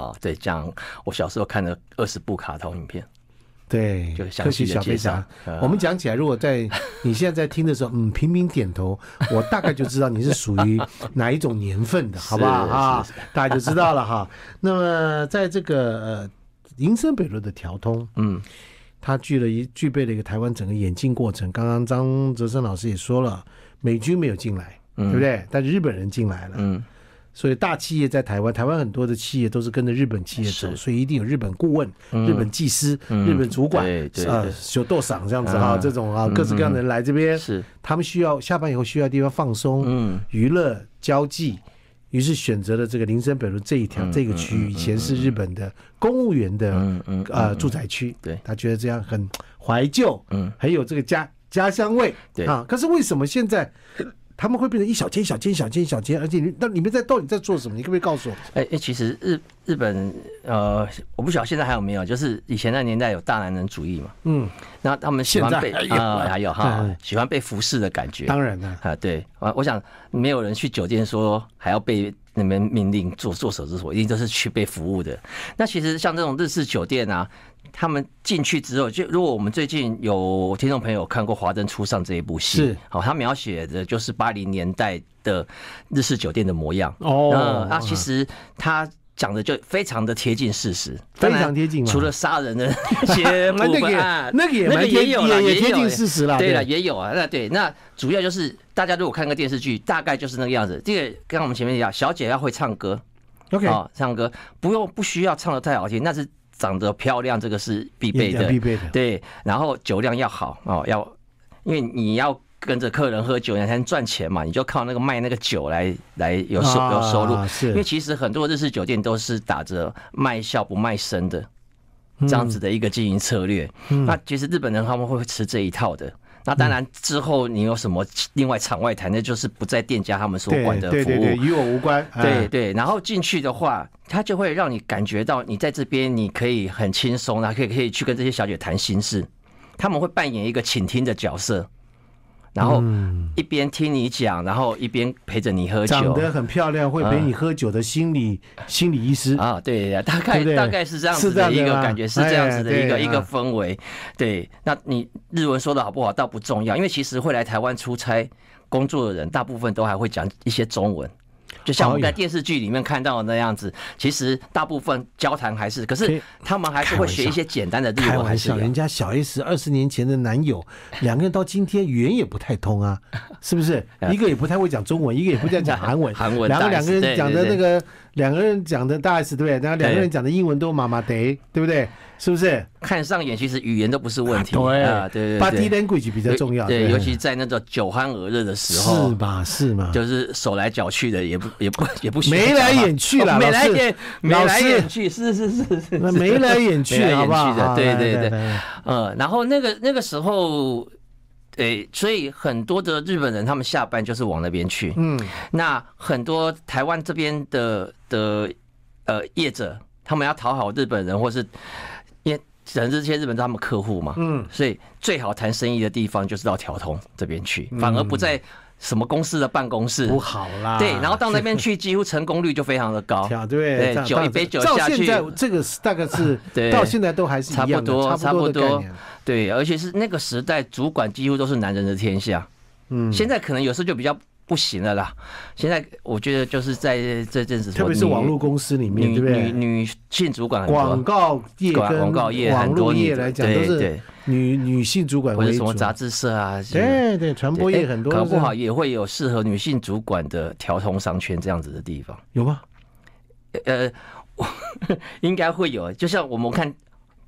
[SPEAKER 2] 啊、对，讲我小时候看的二十部卡通影片，
[SPEAKER 1] 对，
[SPEAKER 2] 就
[SPEAKER 1] 科
[SPEAKER 2] 是详
[SPEAKER 1] 学
[SPEAKER 2] 细
[SPEAKER 1] 小
[SPEAKER 2] 的
[SPEAKER 1] 飞
[SPEAKER 2] 介绍啊
[SPEAKER 1] 侠。我们讲起来，如果 在你现在在听的时候，嗯，频频点头，我大概就知道你是属于哪一种年份的，好不好
[SPEAKER 2] 是
[SPEAKER 1] 啊
[SPEAKER 2] 是？
[SPEAKER 1] 大家就知道了哈。那么在这个呃林森北路的调通，
[SPEAKER 2] 嗯，
[SPEAKER 1] 它具了一具备了一个台湾整个演进过程。刚刚张泽生老师也说了，美军没有进来，对不对？但是日本人进来了，
[SPEAKER 2] 嗯，
[SPEAKER 1] 所以大企业在台湾，台湾很多的企业都是跟着日本企业走，
[SPEAKER 2] 是嗯
[SPEAKER 1] 所以一定有日本顾问、日本技师、日本主管
[SPEAKER 2] 对对
[SPEAKER 1] 啊
[SPEAKER 2] 对，
[SPEAKER 1] 有多赏这样子啊，
[SPEAKER 2] 嗯
[SPEAKER 1] 这种啊，各式各样的人来这边，
[SPEAKER 2] 是，
[SPEAKER 1] 他们需要下班以后需要地方放松、
[SPEAKER 2] 嗯，
[SPEAKER 1] 娱乐、交际。于是选择了这个林森北路这一条、这个区域，以前是日本的公务员的、
[SPEAKER 2] 嗯嗯
[SPEAKER 1] 呃住宅区，
[SPEAKER 2] 对
[SPEAKER 1] 他觉得这样很怀旧，
[SPEAKER 2] 嗯，
[SPEAKER 1] 很有这个家家乡味，
[SPEAKER 2] 对
[SPEAKER 1] 啊。可是为什么现在他们会变成一小间、一小间、一小间、一小间，而且你那里面在到底在做什么？你可不可以告诉我？
[SPEAKER 2] 哎、哎，其实日日本呃，我不晓得现在还有没有，就是以前那年代有大男人主义嘛，
[SPEAKER 1] 嗯，
[SPEAKER 2] 那他们喜欢
[SPEAKER 1] 现在
[SPEAKER 2] 被
[SPEAKER 1] 还有
[SPEAKER 2] 啊、还有哈
[SPEAKER 1] 嗯，
[SPEAKER 2] 喜欢被服侍的感觉。
[SPEAKER 1] 当然了，
[SPEAKER 2] 啊，对啊，我想没有人去酒店说还要被你们命令做做手之所，一定都是去被服务的。那其实像这种日式酒店啊，他们进去之后，就如果我们最近有听众朋友看过《华灯初上》这一部戏
[SPEAKER 1] 是，
[SPEAKER 2] 好、他描写的就是八零年代的日式酒店的模样。
[SPEAKER 1] 哦
[SPEAKER 2] 嗯啊，其实他。讲的就非常的贴近事实，
[SPEAKER 1] 非
[SPEAKER 2] 当然
[SPEAKER 1] 常贴近嘛
[SPEAKER 2] 除了杀人的 那些 部
[SPEAKER 1] 那个
[SPEAKER 2] 分
[SPEAKER 1] 也
[SPEAKER 2] 啊，
[SPEAKER 1] 那个也蛮贴
[SPEAKER 2] 也有啦
[SPEAKER 1] 也也贴
[SPEAKER 2] 有
[SPEAKER 1] 近事实啦
[SPEAKER 2] 对了，
[SPEAKER 1] 对
[SPEAKER 2] 也有啊，那对，那主要就是大家如果看个电视剧，大概就是那个样子。第二，刚刚我们前面讲，小姐要会唱歌
[SPEAKER 1] ，OK，
[SPEAKER 2] 哦，唱歌不用不需要唱的太好听，那是长得漂亮，这个是必备
[SPEAKER 1] 也
[SPEAKER 2] 的，
[SPEAKER 1] 必备的，
[SPEAKER 2] 对，然后酒量要好哦，要因为你要跟着客人喝酒，你才能赚钱嘛，你就靠那个卖那个酒来来有收有收入
[SPEAKER 1] 啊。
[SPEAKER 2] 因为
[SPEAKER 1] 是
[SPEAKER 2] 其实很多日式酒店都是打着卖笑不卖身的
[SPEAKER 1] 嗯
[SPEAKER 2] 这样子的一个经营策略。那其实日本人他们会吃这一套的。那当然，之后你有什么另外场外谈，那就是不在店家他们所
[SPEAKER 1] 对
[SPEAKER 2] 管的服
[SPEAKER 1] 对
[SPEAKER 2] 务。
[SPEAKER 1] 对对，与我无关，啊
[SPEAKER 2] 对对，然后进去的话，它就会让你感觉到你在这边你可以很轻松，然后可以可以去跟这些小姐谈心事，他们会扮演一个倾听的角色，然后一边听你讲，然后一边陪着你喝
[SPEAKER 1] 嗯长
[SPEAKER 2] 酒。
[SPEAKER 1] 得很漂亮，会陪你喝酒的心理、心理医师，
[SPEAKER 2] 啊，对呀，大概
[SPEAKER 1] 对不对
[SPEAKER 2] 大概是这样
[SPEAKER 1] 是
[SPEAKER 2] 子
[SPEAKER 1] 这样
[SPEAKER 2] 的一
[SPEAKER 1] 的
[SPEAKER 2] 个
[SPEAKER 1] 吧
[SPEAKER 2] 感觉，是这样子的一
[SPEAKER 1] 哎
[SPEAKER 2] 个
[SPEAKER 1] 对
[SPEAKER 2] 一个
[SPEAKER 1] 啊
[SPEAKER 2] 氛围。对，那你日文说的好不好倒不重要，因为其实会来台湾出差工作的人，大部分都还会讲一些中文。就像我们
[SPEAKER 1] 哎呀
[SPEAKER 2] 在电视剧里面看到的那样子，其实大部分交谈还是，可
[SPEAKER 1] 可
[SPEAKER 2] 是
[SPEAKER 1] 以
[SPEAKER 2] 他们还是
[SPEAKER 1] 开
[SPEAKER 2] 会
[SPEAKER 1] 玩
[SPEAKER 2] 学
[SPEAKER 1] 笑
[SPEAKER 2] 一些简单的日
[SPEAKER 1] 开
[SPEAKER 2] 文，还
[SPEAKER 1] 玩
[SPEAKER 2] 是
[SPEAKER 1] 笑，
[SPEAKER 2] 有
[SPEAKER 1] 人家小 S 二十年前的男友，两个人到今天语言也不太通 啊，是不是？一个也不太会讲中文，一个也不太讲韩文，
[SPEAKER 2] 哎 韩文
[SPEAKER 1] 然后
[SPEAKER 2] 大
[SPEAKER 1] 两
[SPEAKER 2] S，
[SPEAKER 1] 个人
[SPEAKER 2] 对
[SPEAKER 1] 讲的
[SPEAKER 2] 对
[SPEAKER 1] 那
[SPEAKER 2] 对
[SPEAKER 1] 个，两个人讲的大 S 对不对？然后两个人讲的英文都麻麻得，对不对？是不是？
[SPEAKER 2] 看上眼，其实语言都不是问题。啊，对对
[SPEAKER 1] ，body
[SPEAKER 2] 对，
[SPEAKER 1] language 比较
[SPEAKER 2] 尤
[SPEAKER 1] 重要，
[SPEAKER 2] 对，尤其在那种酒酣耳热的时候，
[SPEAKER 1] 是吧？是吧？
[SPEAKER 2] 就是手来脚去的，也不也不也不喜欢
[SPEAKER 1] 眉来眼去啦，
[SPEAKER 2] 哦眉
[SPEAKER 1] 老
[SPEAKER 2] 来
[SPEAKER 1] 师
[SPEAKER 2] 眼眉
[SPEAKER 1] 老
[SPEAKER 2] 来
[SPEAKER 1] 师
[SPEAKER 2] 眼去，是是是是是，
[SPEAKER 1] 那眉来眼去
[SPEAKER 2] 眉来，眼
[SPEAKER 1] 好不好？
[SPEAKER 2] 去的
[SPEAKER 1] 啊
[SPEAKER 2] 对
[SPEAKER 1] 来
[SPEAKER 2] 对
[SPEAKER 1] 来
[SPEAKER 2] 对
[SPEAKER 1] 来来
[SPEAKER 2] 呃，然后那个那个时候。对，所以很多的日本人他们下班就是往那边去。
[SPEAKER 1] 嗯，
[SPEAKER 2] 那很多台湾这边的的呃业者，他们要讨好日本人，或是因为整这些日本人都是他们客户嘛，
[SPEAKER 1] 嗯，
[SPEAKER 2] 所以最好谈生意的地方就是到调通这边去，反而不在什么公司的办公室。
[SPEAKER 1] 嗯不好啦。
[SPEAKER 2] 对，然后到那边去，几乎成功率就非常 的高。
[SPEAKER 1] 挑对
[SPEAKER 2] 对
[SPEAKER 1] 这样
[SPEAKER 2] 酒
[SPEAKER 1] 当
[SPEAKER 2] 一
[SPEAKER 1] 然
[SPEAKER 2] 杯酒
[SPEAKER 1] 照
[SPEAKER 2] 下
[SPEAKER 1] 现
[SPEAKER 2] 去
[SPEAKER 1] 在这个是大概是
[SPEAKER 2] 对
[SPEAKER 1] 到现在都还是一
[SPEAKER 2] 差不
[SPEAKER 1] 样的
[SPEAKER 2] 多，
[SPEAKER 1] 差
[SPEAKER 2] 差
[SPEAKER 1] 不
[SPEAKER 2] 不
[SPEAKER 1] 多的概
[SPEAKER 2] 多嗯
[SPEAKER 1] 念。，
[SPEAKER 2] 对，而且是那个时代，主管几乎都是男人的天下。
[SPEAKER 1] 嗯，
[SPEAKER 2] 现在可能有时候就比较不行了啦。现在我觉得就是在这阵子，
[SPEAKER 1] 特别是网络公司里
[SPEAKER 2] 里
[SPEAKER 1] 面，对不
[SPEAKER 2] 女
[SPEAKER 1] 对？
[SPEAKER 2] 女性主管很
[SPEAKER 1] 广
[SPEAKER 2] 多，
[SPEAKER 1] 告业
[SPEAKER 2] 广
[SPEAKER 1] 跟
[SPEAKER 2] 广告业
[SPEAKER 1] 网
[SPEAKER 2] 很
[SPEAKER 1] 络
[SPEAKER 2] 多女
[SPEAKER 1] 业
[SPEAKER 2] 的
[SPEAKER 1] 来讲都
[SPEAKER 2] 对
[SPEAKER 1] 是
[SPEAKER 2] 对
[SPEAKER 1] 女女性主管
[SPEAKER 2] 或者
[SPEAKER 1] 为
[SPEAKER 2] 什
[SPEAKER 1] 主
[SPEAKER 2] 么，杂志社啊，是
[SPEAKER 1] 对对，传播
[SPEAKER 2] 对
[SPEAKER 1] 业
[SPEAKER 2] 哎
[SPEAKER 1] 很多
[SPEAKER 2] 搞
[SPEAKER 1] 都
[SPEAKER 2] 不
[SPEAKER 1] 是
[SPEAKER 2] 好也会有适合女性主管的调通商圈这样子的地方。
[SPEAKER 1] 有吗？
[SPEAKER 2] 呃，我应该会有，就像我们看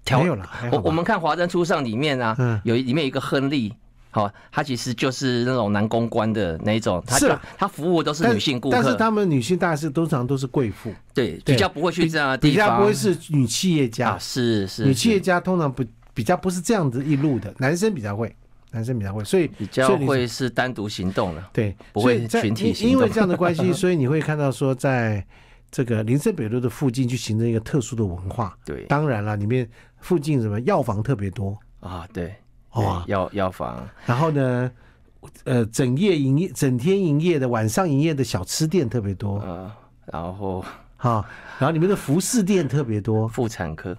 [SPEAKER 2] 调
[SPEAKER 1] 没有了，还好吧
[SPEAKER 2] 我我们看《华灯初上》里面啊，
[SPEAKER 1] 嗯
[SPEAKER 2] 有一里面有一个亨利，好、他其实就是那种男公关的那一种，他
[SPEAKER 1] 是
[SPEAKER 2] 就
[SPEAKER 1] 啊
[SPEAKER 2] 他服务都是
[SPEAKER 1] 但
[SPEAKER 2] 女性顾客，
[SPEAKER 1] 但是他们女性大概是通常都是贵妇，
[SPEAKER 2] 对
[SPEAKER 1] 对
[SPEAKER 2] 比较不会去这样的
[SPEAKER 1] 比
[SPEAKER 2] 地
[SPEAKER 1] 较
[SPEAKER 2] 方，
[SPEAKER 1] 不会是女企业家
[SPEAKER 2] 啊，，是是
[SPEAKER 1] 女
[SPEAKER 2] 是
[SPEAKER 1] 企业家通常不比较不是这样子一路的，男生比较会，男生比较会，所以
[SPEAKER 2] 比
[SPEAKER 1] 所
[SPEAKER 2] 较
[SPEAKER 1] 以你
[SPEAKER 2] 会是单独行动的，
[SPEAKER 1] 对，
[SPEAKER 2] 不
[SPEAKER 1] 所以
[SPEAKER 2] 会
[SPEAKER 1] 在
[SPEAKER 2] 群体
[SPEAKER 1] 因
[SPEAKER 2] 行
[SPEAKER 1] 因为
[SPEAKER 2] 动
[SPEAKER 1] 这样的关 系，所以你会看到说，在这个林森北路的附近去形成一个特殊的文化。
[SPEAKER 2] 对
[SPEAKER 1] 当然了，里面附近什么药房特别多，
[SPEAKER 2] 啊，对，
[SPEAKER 1] 哇
[SPEAKER 2] 对药药房，
[SPEAKER 1] 然后呢，呃，整夜营业、整天营业的、晚上营业的小吃店特别多
[SPEAKER 2] 呃，然后
[SPEAKER 1] 哈、然后里面的服饰店特别多，
[SPEAKER 2] 妇产科，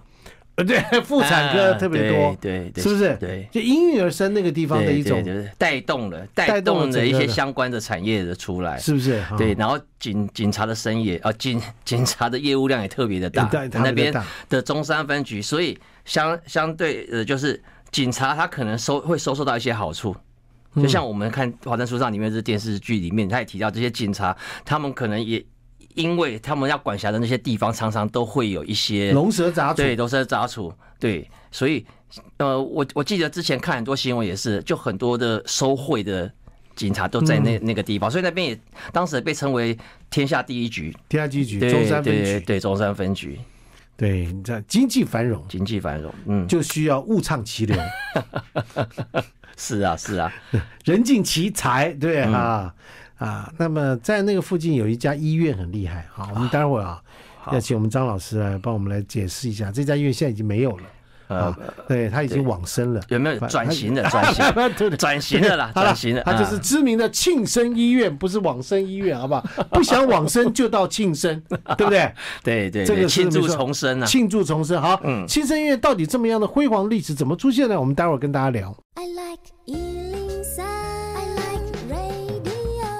[SPEAKER 1] 呃，对， 妇产科
[SPEAKER 2] 啊
[SPEAKER 1] 特别多，
[SPEAKER 2] 对对对
[SPEAKER 1] 是不是？
[SPEAKER 2] 对。
[SPEAKER 1] 就应运而生那个地方的
[SPEAKER 2] 对
[SPEAKER 1] 一种
[SPEAKER 2] 对，对带动了，
[SPEAKER 1] 带
[SPEAKER 2] 带
[SPEAKER 1] 动了
[SPEAKER 2] 动了
[SPEAKER 1] 整
[SPEAKER 2] 一
[SPEAKER 1] 个
[SPEAKER 2] 些
[SPEAKER 1] 的
[SPEAKER 2] 相关的产业的出来，
[SPEAKER 1] 是不是？哈
[SPEAKER 2] 对，然后警警察的生意啊，警 警察的业务量也特别的大，
[SPEAKER 1] 对特别地
[SPEAKER 2] 那边
[SPEAKER 1] 大
[SPEAKER 2] 的中山分局，所以相相对呃，就是警察他可能收会收受到一些好处。就
[SPEAKER 1] 嗯
[SPEAKER 2] 像我们看《华灯初上》里面这电视剧里面，他也提到这些警察，他们可能也因为他们要管辖的那些地方，常常都会有一些
[SPEAKER 1] 龙蛇杂处，
[SPEAKER 2] 对，都是杂处。对，所以呃，我我记得之前看很多新闻也是，就很多的收贿的警察都在那、
[SPEAKER 1] 嗯
[SPEAKER 2] 那个地方，所以那边也当时也被称为天下第一局，
[SPEAKER 1] 第二局局
[SPEAKER 2] 对
[SPEAKER 1] 中山分
[SPEAKER 2] 对
[SPEAKER 1] 局，
[SPEAKER 2] 对中山分局
[SPEAKER 1] 对，你知道经济繁 荣
[SPEAKER 2] 经济繁荣，嗯，
[SPEAKER 1] 就需要物畅其 流，
[SPEAKER 2] 是啊是啊，
[SPEAKER 1] 人尽其才，对不对
[SPEAKER 2] 嗯
[SPEAKER 1] 啊啊。那么在那个附近有一家医院很厉害啊，我们待会儿啊要请我们张老师来帮我们来解释一下，这家医院现在已经没 有了啊，对，他已经往生了。
[SPEAKER 2] 呃有没有
[SPEAKER 1] 反
[SPEAKER 2] 转型的转型转型的啦，
[SPEAKER 1] 好了
[SPEAKER 2] 转型的，，
[SPEAKER 1] 他就是
[SPEAKER 2] 嗯
[SPEAKER 1] 知名的庆生医院，不是往生医院，好 不好？不想往生就到庆生，对不对？
[SPEAKER 2] 对对
[SPEAKER 1] 这
[SPEAKER 2] 对，
[SPEAKER 1] 个是
[SPEAKER 2] 庆
[SPEAKER 1] 没
[SPEAKER 2] 祝
[SPEAKER 1] 错
[SPEAKER 2] 重生啊，
[SPEAKER 1] 庆祝重生。好，
[SPEAKER 2] 嗯
[SPEAKER 1] 庆生音乐到底这么样的辉煌历史怎么出现呢？我们待会儿跟大家聊。
[SPEAKER 3] I like Ealing Sound. I like radio.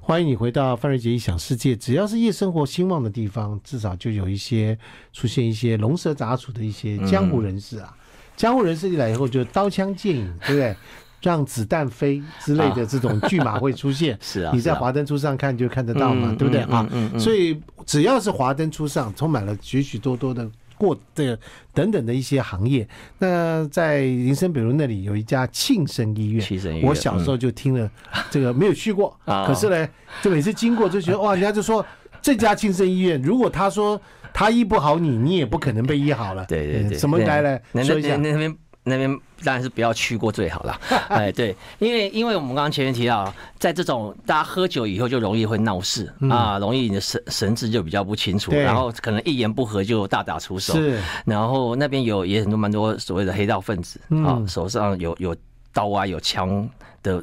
[SPEAKER 1] 欢迎你回到范瑞杰异想世界。只要是夜生活兴旺的地方，至少就有一些出现一些龙蛇杂处的一些江湖人士
[SPEAKER 2] 嗯
[SPEAKER 1] 啊。江湖人士一来以后，就刀枪剑影，对不对？让子弹飞之类的这 种剧码会出现。
[SPEAKER 2] 是啊
[SPEAKER 1] 你在
[SPEAKER 2] 是啊
[SPEAKER 1] 华灯初上看就看得到嘛，
[SPEAKER 2] 嗯
[SPEAKER 1] 对不对
[SPEAKER 2] 嗯
[SPEAKER 1] 啊？
[SPEAKER 2] 嗯嗯嗯
[SPEAKER 1] 所以只要是华灯初上，充满了许许多多的过这个等等的一些行业。那在林森北路那里有一家庆生医院，
[SPEAKER 2] 庆生医院
[SPEAKER 1] 我小时候就听了这个，没有去过，
[SPEAKER 2] 啊
[SPEAKER 1] 可是呢，就每次经过就觉得哇，人家就说这家庆生医院，如果他说他医不好你，你也不可能被医好了。
[SPEAKER 2] 对对
[SPEAKER 1] 嗯
[SPEAKER 2] 对，
[SPEAKER 1] 什么
[SPEAKER 2] 对
[SPEAKER 1] 来来
[SPEAKER 2] 那
[SPEAKER 1] 说
[SPEAKER 2] 那
[SPEAKER 1] 一下
[SPEAKER 2] 那那边那边当然是不要去过最好 啦。哎，对，因为因为我们刚刚前面提到，在这种大家喝酒以后就容易会闹事、啊，容易你的神神志就比较不清楚，
[SPEAKER 1] 嗯对
[SPEAKER 2] 然后可能一言不合就大打出手。
[SPEAKER 1] 是
[SPEAKER 2] 然后那边有也很多蛮多所谓的黑道分子啊、
[SPEAKER 1] 嗯
[SPEAKER 2] 手上有有刀啊有枪的，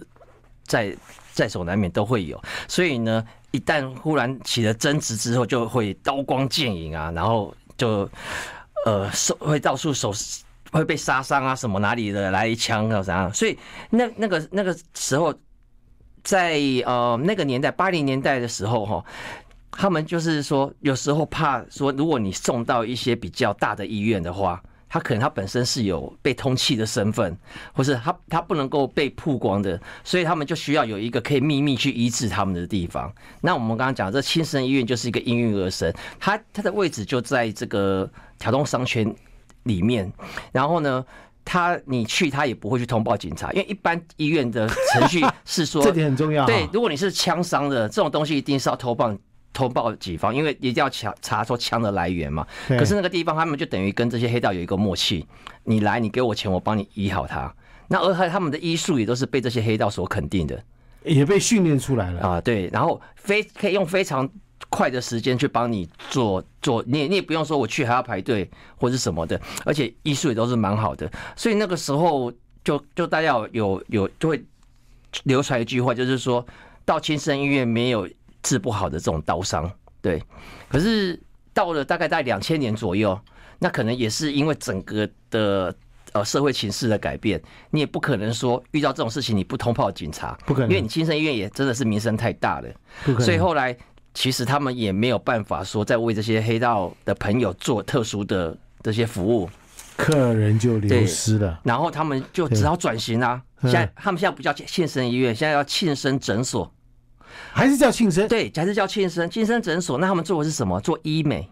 [SPEAKER 2] 在在所难免都会有。所以呢，一旦忽然起了争执之后，就会刀光剑影啊，然后就呃手会到处手。会被杀伤啊，什么哪里的来一枪啊，啥？所以那那个那个时候，在呃那个年代八零年代的时候哈，他们就是说，有时候怕说，如果你送到一些比较大的医院的话，他可能他本身是有被通气的身份，或是他他不能够被曝光的，所以他们就需要有一个可以秘密去医治他们的地方。那我们刚刚讲这亲生医院就是一个应运而生，它它的位置就在这个条东商圈里面，然后呢。他你去，他也不会去通报警察，因为一般医院的程序是说，
[SPEAKER 1] 这点很重要、啊。
[SPEAKER 2] 对，如果你是枪伤的，这种东西一定是要通报通报警方，因为一定要查查出枪的来源嘛。
[SPEAKER 1] 对
[SPEAKER 2] 可是那个地方他们就等于跟这些黑道有一个默契，你来，你给我钱，我帮你医好它。那而且他们的医术也都是被这些黑道所肯定的
[SPEAKER 1] 也被训练出来了。
[SPEAKER 2] 啊，对，然后非可以用非常快的时间去帮你做做，你也你也不用说我去还要排队或是什么的，而且医术也都是蛮好的，所以那个时候就就大家有有有就会流传一句话，就是说到亲生医院没有治不好的这种刀伤，对。可是到了大概在两千年左右，那可能也是因为整个的呃社会情势的改变，你也不可能说遇到这种事情你不通报警察，
[SPEAKER 1] 不可能
[SPEAKER 2] 因为你亲生医院也真的是名声太大了。
[SPEAKER 1] 不可能
[SPEAKER 2] 所以后来其实他们也没有办法说再为这些黑道的朋友做特殊的这些服务，
[SPEAKER 1] 客人就流
[SPEAKER 2] 对
[SPEAKER 1] 失了。
[SPEAKER 2] 然后他们就只好转型啦、
[SPEAKER 1] 嗯
[SPEAKER 2] 现在他们现在不叫庆生医院，现在要庆生诊所。
[SPEAKER 1] 还是叫庆生，
[SPEAKER 2] 对，还是叫庆生庆生诊所。那他们做的是什么？做医美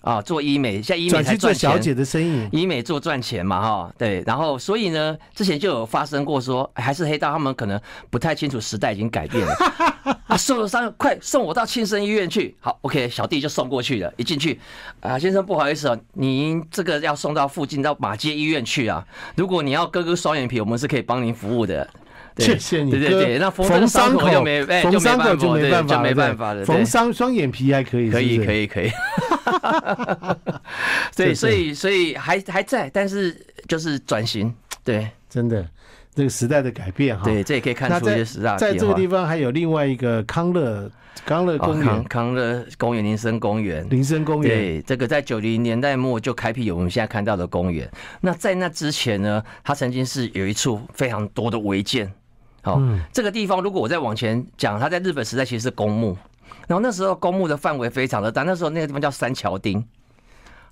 [SPEAKER 2] 啊，做医美。现在医美
[SPEAKER 1] 转
[SPEAKER 2] 才
[SPEAKER 1] 去做
[SPEAKER 2] 赚
[SPEAKER 1] 小
[SPEAKER 2] 钱。
[SPEAKER 1] 姐的生意，
[SPEAKER 2] 医美做赚钱嘛，哈，对，然后所以呢，之前就有发生过说，哎还是黑道他们可能不太清楚时代已经改变了， 啊，受了伤，快送我到庆生医院去。好，OK，小弟就送过去了。一进去，啊，先生不好意思啊，您这个要送到附近到马街医院去啊。如果你要割割双眼皮，我们是可以帮您服务的。对
[SPEAKER 1] 谢谢你
[SPEAKER 2] 对对
[SPEAKER 1] 哥
[SPEAKER 2] 对，那缝这
[SPEAKER 1] 缝
[SPEAKER 2] 个伤口
[SPEAKER 1] 口
[SPEAKER 2] 就没，哎，
[SPEAKER 1] 缝伤口
[SPEAKER 2] 就
[SPEAKER 1] 就
[SPEAKER 2] 没
[SPEAKER 1] 没
[SPEAKER 2] 办
[SPEAKER 1] 办法
[SPEAKER 2] 法
[SPEAKER 1] 了，
[SPEAKER 2] 了，对就没
[SPEAKER 1] 对
[SPEAKER 2] 办法了。对
[SPEAKER 1] 缝伤双眼皮还可以，
[SPEAKER 2] 可以可
[SPEAKER 1] 以。
[SPEAKER 2] 以 可以。对，所以所以还还在，但是就是转型，对
[SPEAKER 1] 真的，这个时代的改变哈。
[SPEAKER 2] 对，这也可以看
[SPEAKER 1] 那
[SPEAKER 2] 出一
[SPEAKER 1] 在
[SPEAKER 2] 些时代的
[SPEAKER 1] 在
[SPEAKER 2] 变
[SPEAKER 1] 这个
[SPEAKER 2] 化
[SPEAKER 1] 地方还有另外一个康乐康乐公
[SPEAKER 2] 哦康
[SPEAKER 1] 园、
[SPEAKER 2] 康乐公园、林森公园。
[SPEAKER 1] 林森公园，
[SPEAKER 2] 对，这个在九零年代末就开辟有我们现在看到的公园。那在那之前呢，它曾经是有一处非常多的违建。好、
[SPEAKER 1] 嗯
[SPEAKER 2] 这个地方如果我再往前讲，它在日本时代其实是公墓，然后那时候公墓的范围非常的大，那时候那个地方叫三桥町。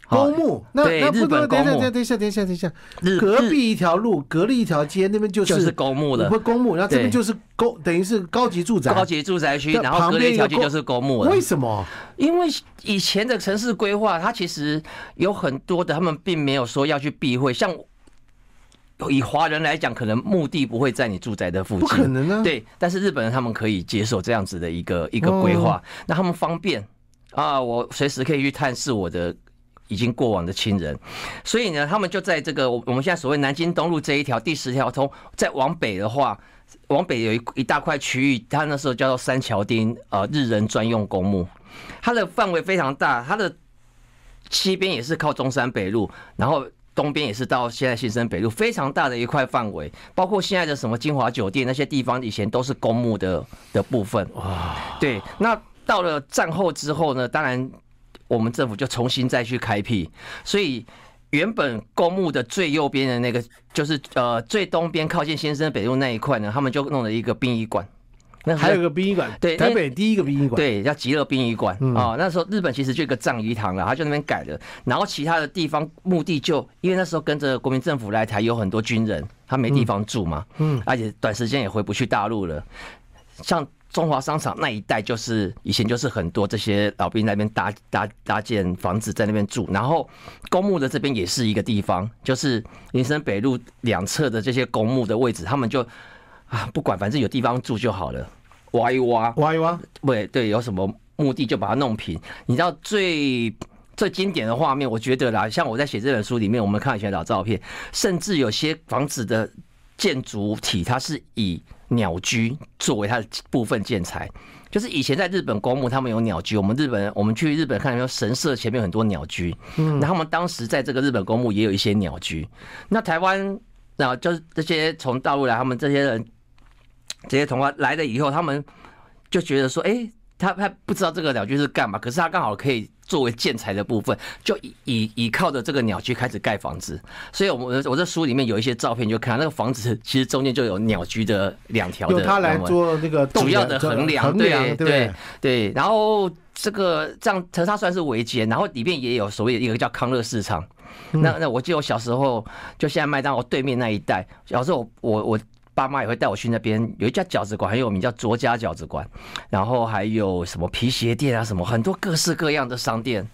[SPEAKER 2] 好
[SPEAKER 1] 公墓，那
[SPEAKER 2] 对
[SPEAKER 1] 那
[SPEAKER 2] 日
[SPEAKER 1] 不多，
[SPEAKER 2] 本
[SPEAKER 1] 等一下
[SPEAKER 2] 公墓
[SPEAKER 1] 等一下等一下等一下等一
[SPEAKER 2] 日
[SPEAKER 1] 下，隔壁一条路，隔了一条街，那边就
[SPEAKER 2] 就是公墓了
[SPEAKER 1] 不。公墓，然后这边
[SPEAKER 2] 对
[SPEAKER 1] 就是公，等于是高级住宅，
[SPEAKER 2] 高级住宅区，
[SPEAKER 1] 那
[SPEAKER 2] 然后隔
[SPEAKER 1] 旁
[SPEAKER 2] 了
[SPEAKER 1] 边
[SPEAKER 2] 一条
[SPEAKER 1] 有
[SPEAKER 2] 街
[SPEAKER 1] 公
[SPEAKER 2] 就是公墓了
[SPEAKER 1] 为。什么？
[SPEAKER 2] 因为以前的城市规划，它其实有很多的，他们并没有说要去避讳，像。以华人来讲，可能目的不会在你住宅的附
[SPEAKER 1] 不
[SPEAKER 2] 近，
[SPEAKER 1] 可能啊
[SPEAKER 2] 对，但是日本人他们可以接受这样子的一个一个规划，那他们方便啊，我随时可以去探视我的。已经过往的亲人，所以呢，他们就在这个我我们现在所谓南京东路这一条第十条通，再往北的话，往北有一一大块区域，它那时候叫做三桥町，呃，日人专用公墓，它的范围非常大，它的西边也是靠中山北路，然后东边也是到现在新生北路，非常大的一块范围，包括现在的什么金华酒店那些地方，以前都是公墓的的部分。对，那到了战后之后呢，当然我们政府就重新再去开辟，所以。原本公墓的最右边的那个，就是呃最东边靠近先生北路那一块呢，他们就弄了一个殡仪馆。那
[SPEAKER 1] 还有个殡仪馆，
[SPEAKER 2] 对哎
[SPEAKER 1] 台
[SPEAKER 2] 那
[SPEAKER 1] 北第一个殡仪馆，，
[SPEAKER 2] 对，叫极乐殡仪馆啊。那时候日本其实就有一个葬仪堂了，他就那边改了。然后其他的地方目的就因为那时候跟着国民政府来台，有很多军人，他没地方住嘛，嗯，而且短时间也回不去大陆了。像中华商场那一带，就是以前就是很多这些老兵在那边搭搭搭建房子，在那边住。然后公墓的这边也是一个地方，就是林森北路两侧的这些公墓的位置，他们就啊不管，反正有地方住就好了，挖一挖，
[SPEAKER 1] 挖一挖，
[SPEAKER 2] 对对，有什么目的就把它弄平。你知道最最经典的画面，我觉得啦，像我在写这本书里面，我们看以前的老照片，甚至有些房子的建筑体，它是以鸟居作为它的部分建材。就是以前在日本公墓，他们有鸟居。我们日本，我们去日本看，有神社前面有很多鸟居。嗯，那他们当时在这个日本公墓也有一些鸟居。那台湾，那就是这些从大陆来，他们这些人，这些同胞来了以后，他们就觉得说，哎、他他不知道这个鸟居是干嘛，可是他刚好可以作为建材的部分，就以以以靠着这个鸟居开始盖房子。所以我们我这书里面有一些照片，就看到那个房子其实中间就有鸟居的两条的
[SPEAKER 1] 由
[SPEAKER 2] 栏
[SPEAKER 1] 它
[SPEAKER 2] 杆，
[SPEAKER 1] 来做那个动
[SPEAKER 2] 主要的
[SPEAKER 1] 这
[SPEAKER 2] 衡量，
[SPEAKER 1] 衡量，
[SPEAKER 2] 对
[SPEAKER 1] 不对？
[SPEAKER 2] 对。然后这个这样，它算是违建，然后里面也有所谓的一个叫康乐市场。
[SPEAKER 1] 嗯
[SPEAKER 2] 那那我记得我小时候，就现在麦当劳对面那一带，小时候我我我爸妈也会带我去那边，有一家饺子馆很有名，叫卓家饺子馆，然后还有什么皮鞋店啊，什么很多各式各样的商店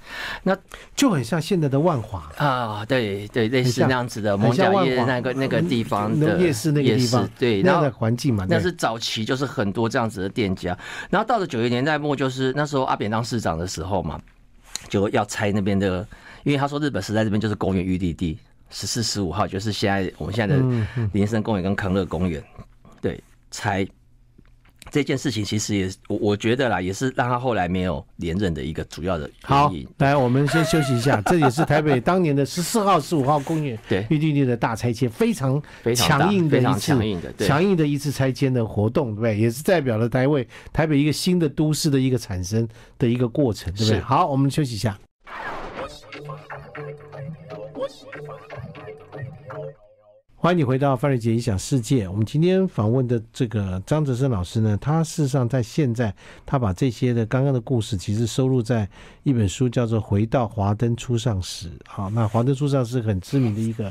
[SPEAKER 1] 就很像现在的万华，
[SPEAKER 2] 啊，对对，类
[SPEAKER 1] 很
[SPEAKER 2] 似
[SPEAKER 1] 像
[SPEAKER 2] 那样子的
[SPEAKER 1] 很
[SPEAKER 2] 呃蒙
[SPEAKER 1] 像
[SPEAKER 2] 甲
[SPEAKER 1] 万
[SPEAKER 2] 夜
[SPEAKER 1] 华嗯
[SPEAKER 2] 那个那个地方
[SPEAKER 1] 农
[SPEAKER 2] 的
[SPEAKER 1] 夜市那个
[SPEAKER 2] 夜
[SPEAKER 1] 地
[SPEAKER 2] 市
[SPEAKER 1] 方，
[SPEAKER 2] 对，
[SPEAKER 1] 那
[SPEAKER 2] 然
[SPEAKER 1] 样
[SPEAKER 2] 后
[SPEAKER 1] 的环境嘛，
[SPEAKER 2] 那
[SPEAKER 1] 啊对
[SPEAKER 2] 是早期，就是很多这样子的店家。然后到了九零年代末，就是那时候阿扁当市长的时候嘛，就要拆那边的，因为他说日本时代这边就是公园预地地，十四、十五号就是现在我们现在
[SPEAKER 1] 嗯
[SPEAKER 2] 的林森公园跟康乐公园，对，拆。这件事情其实也是，我我觉得啦，也是让他后来没有连任的一个主要的
[SPEAKER 1] 好
[SPEAKER 2] 原因。，
[SPEAKER 1] 来，我们先休息一 下。这也是台北当年的十四号、十五号公园
[SPEAKER 2] 对
[SPEAKER 1] 预定地的大拆迁，非常
[SPEAKER 2] 非常大
[SPEAKER 1] 强硬的
[SPEAKER 2] 非
[SPEAKER 1] 一
[SPEAKER 2] 常
[SPEAKER 1] 次
[SPEAKER 2] 强硬的对
[SPEAKER 1] 强硬的一次拆迁的活动，对不对？也是代表了台北台北一个新的都市的一个产生的一个过程，对不对？
[SPEAKER 2] 是
[SPEAKER 1] 好，我们休息一下。欢迎你回到范瑞杰影响世界。我们今天访问的这个张哲生老师呢，他事实上在现在，他把这些的刚刚的故事，其实收录在一本书，叫做《回到华灯初上时》。好，那《华灯初上》是很知名的一个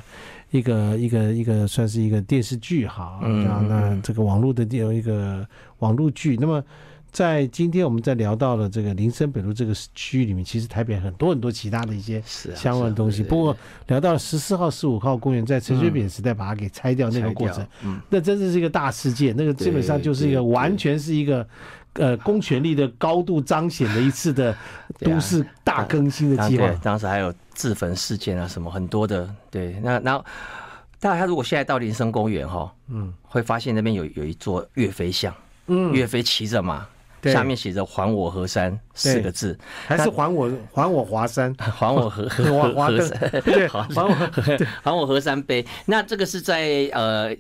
[SPEAKER 1] 一个一个一个，算是一个电视剧哈。
[SPEAKER 2] 嗯
[SPEAKER 1] 然后那这个网络的有一个网络剧，那么。在今天我们在聊到了这个林森北路这个区域里面，其实台北很多很多其他的一些
[SPEAKER 2] 是啊
[SPEAKER 1] 相关的东西。
[SPEAKER 2] 是啊对
[SPEAKER 1] 不过聊到十四号、十五号公园，在陈水扁时代把它给拆掉那个过程
[SPEAKER 2] 拆掉，嗯
[SPEAKER 1] 那真的是一个大事件。那个基本上就是一个
[SPEAKER 2] 对对
[SPEAKER 1] 完全是一个呃公权力的高度彰显的一次 的
[SPEAKER 2] 对啊
[SPEAKER 1] 都市大更新的
[SPEAKER 2] 当
[SPEAKER 1] 计划
[SPEAKER 2] 对，。当时还有自焚事件啊，什么很多的。对，那然后，大家如果现在到林森公园哈，嗯，会发现那边有有一座岳飞像，
[SPEAKER 1] 嗯，
[SPEAKER 2] 岳飞骑着马，
[SPEAKER 1] 对
[SPEAKER 2] 下面写着“还我河山”四个字，
[SPEAKER 1] 还是还我还我华 山
[SPEAKER 2] 还 我河河
[SPEAKER 1] 华
[SPEAKER 2] 河
[SPEAKER 1] 华
[SPEAKER 2] 河
[SPEAKER 1] 灯，
[SPEAKER 2] 山，
[SPEAKER 1] 对，
[SPEAKER 2] 好
[SPEAKER 1] 还我
[SPEAKER 2] 还我河山杯。那这个是在呃，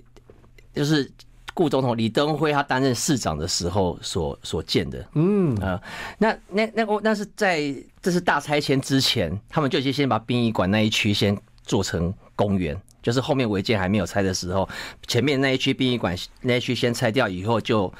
[SPEAKER 2] 就是顾总统李登辉他担任市长的时候所所建的。
[SPEAKER 1] 嗯
[SPEAKER 2] 啊、那那那我那是在这是大拆迁之前，他们就先先把殡仪馆那一区先做成公园，就是后面违建还没有拆的时候，前面那一区殡仪馆那一区先拆掉以后，就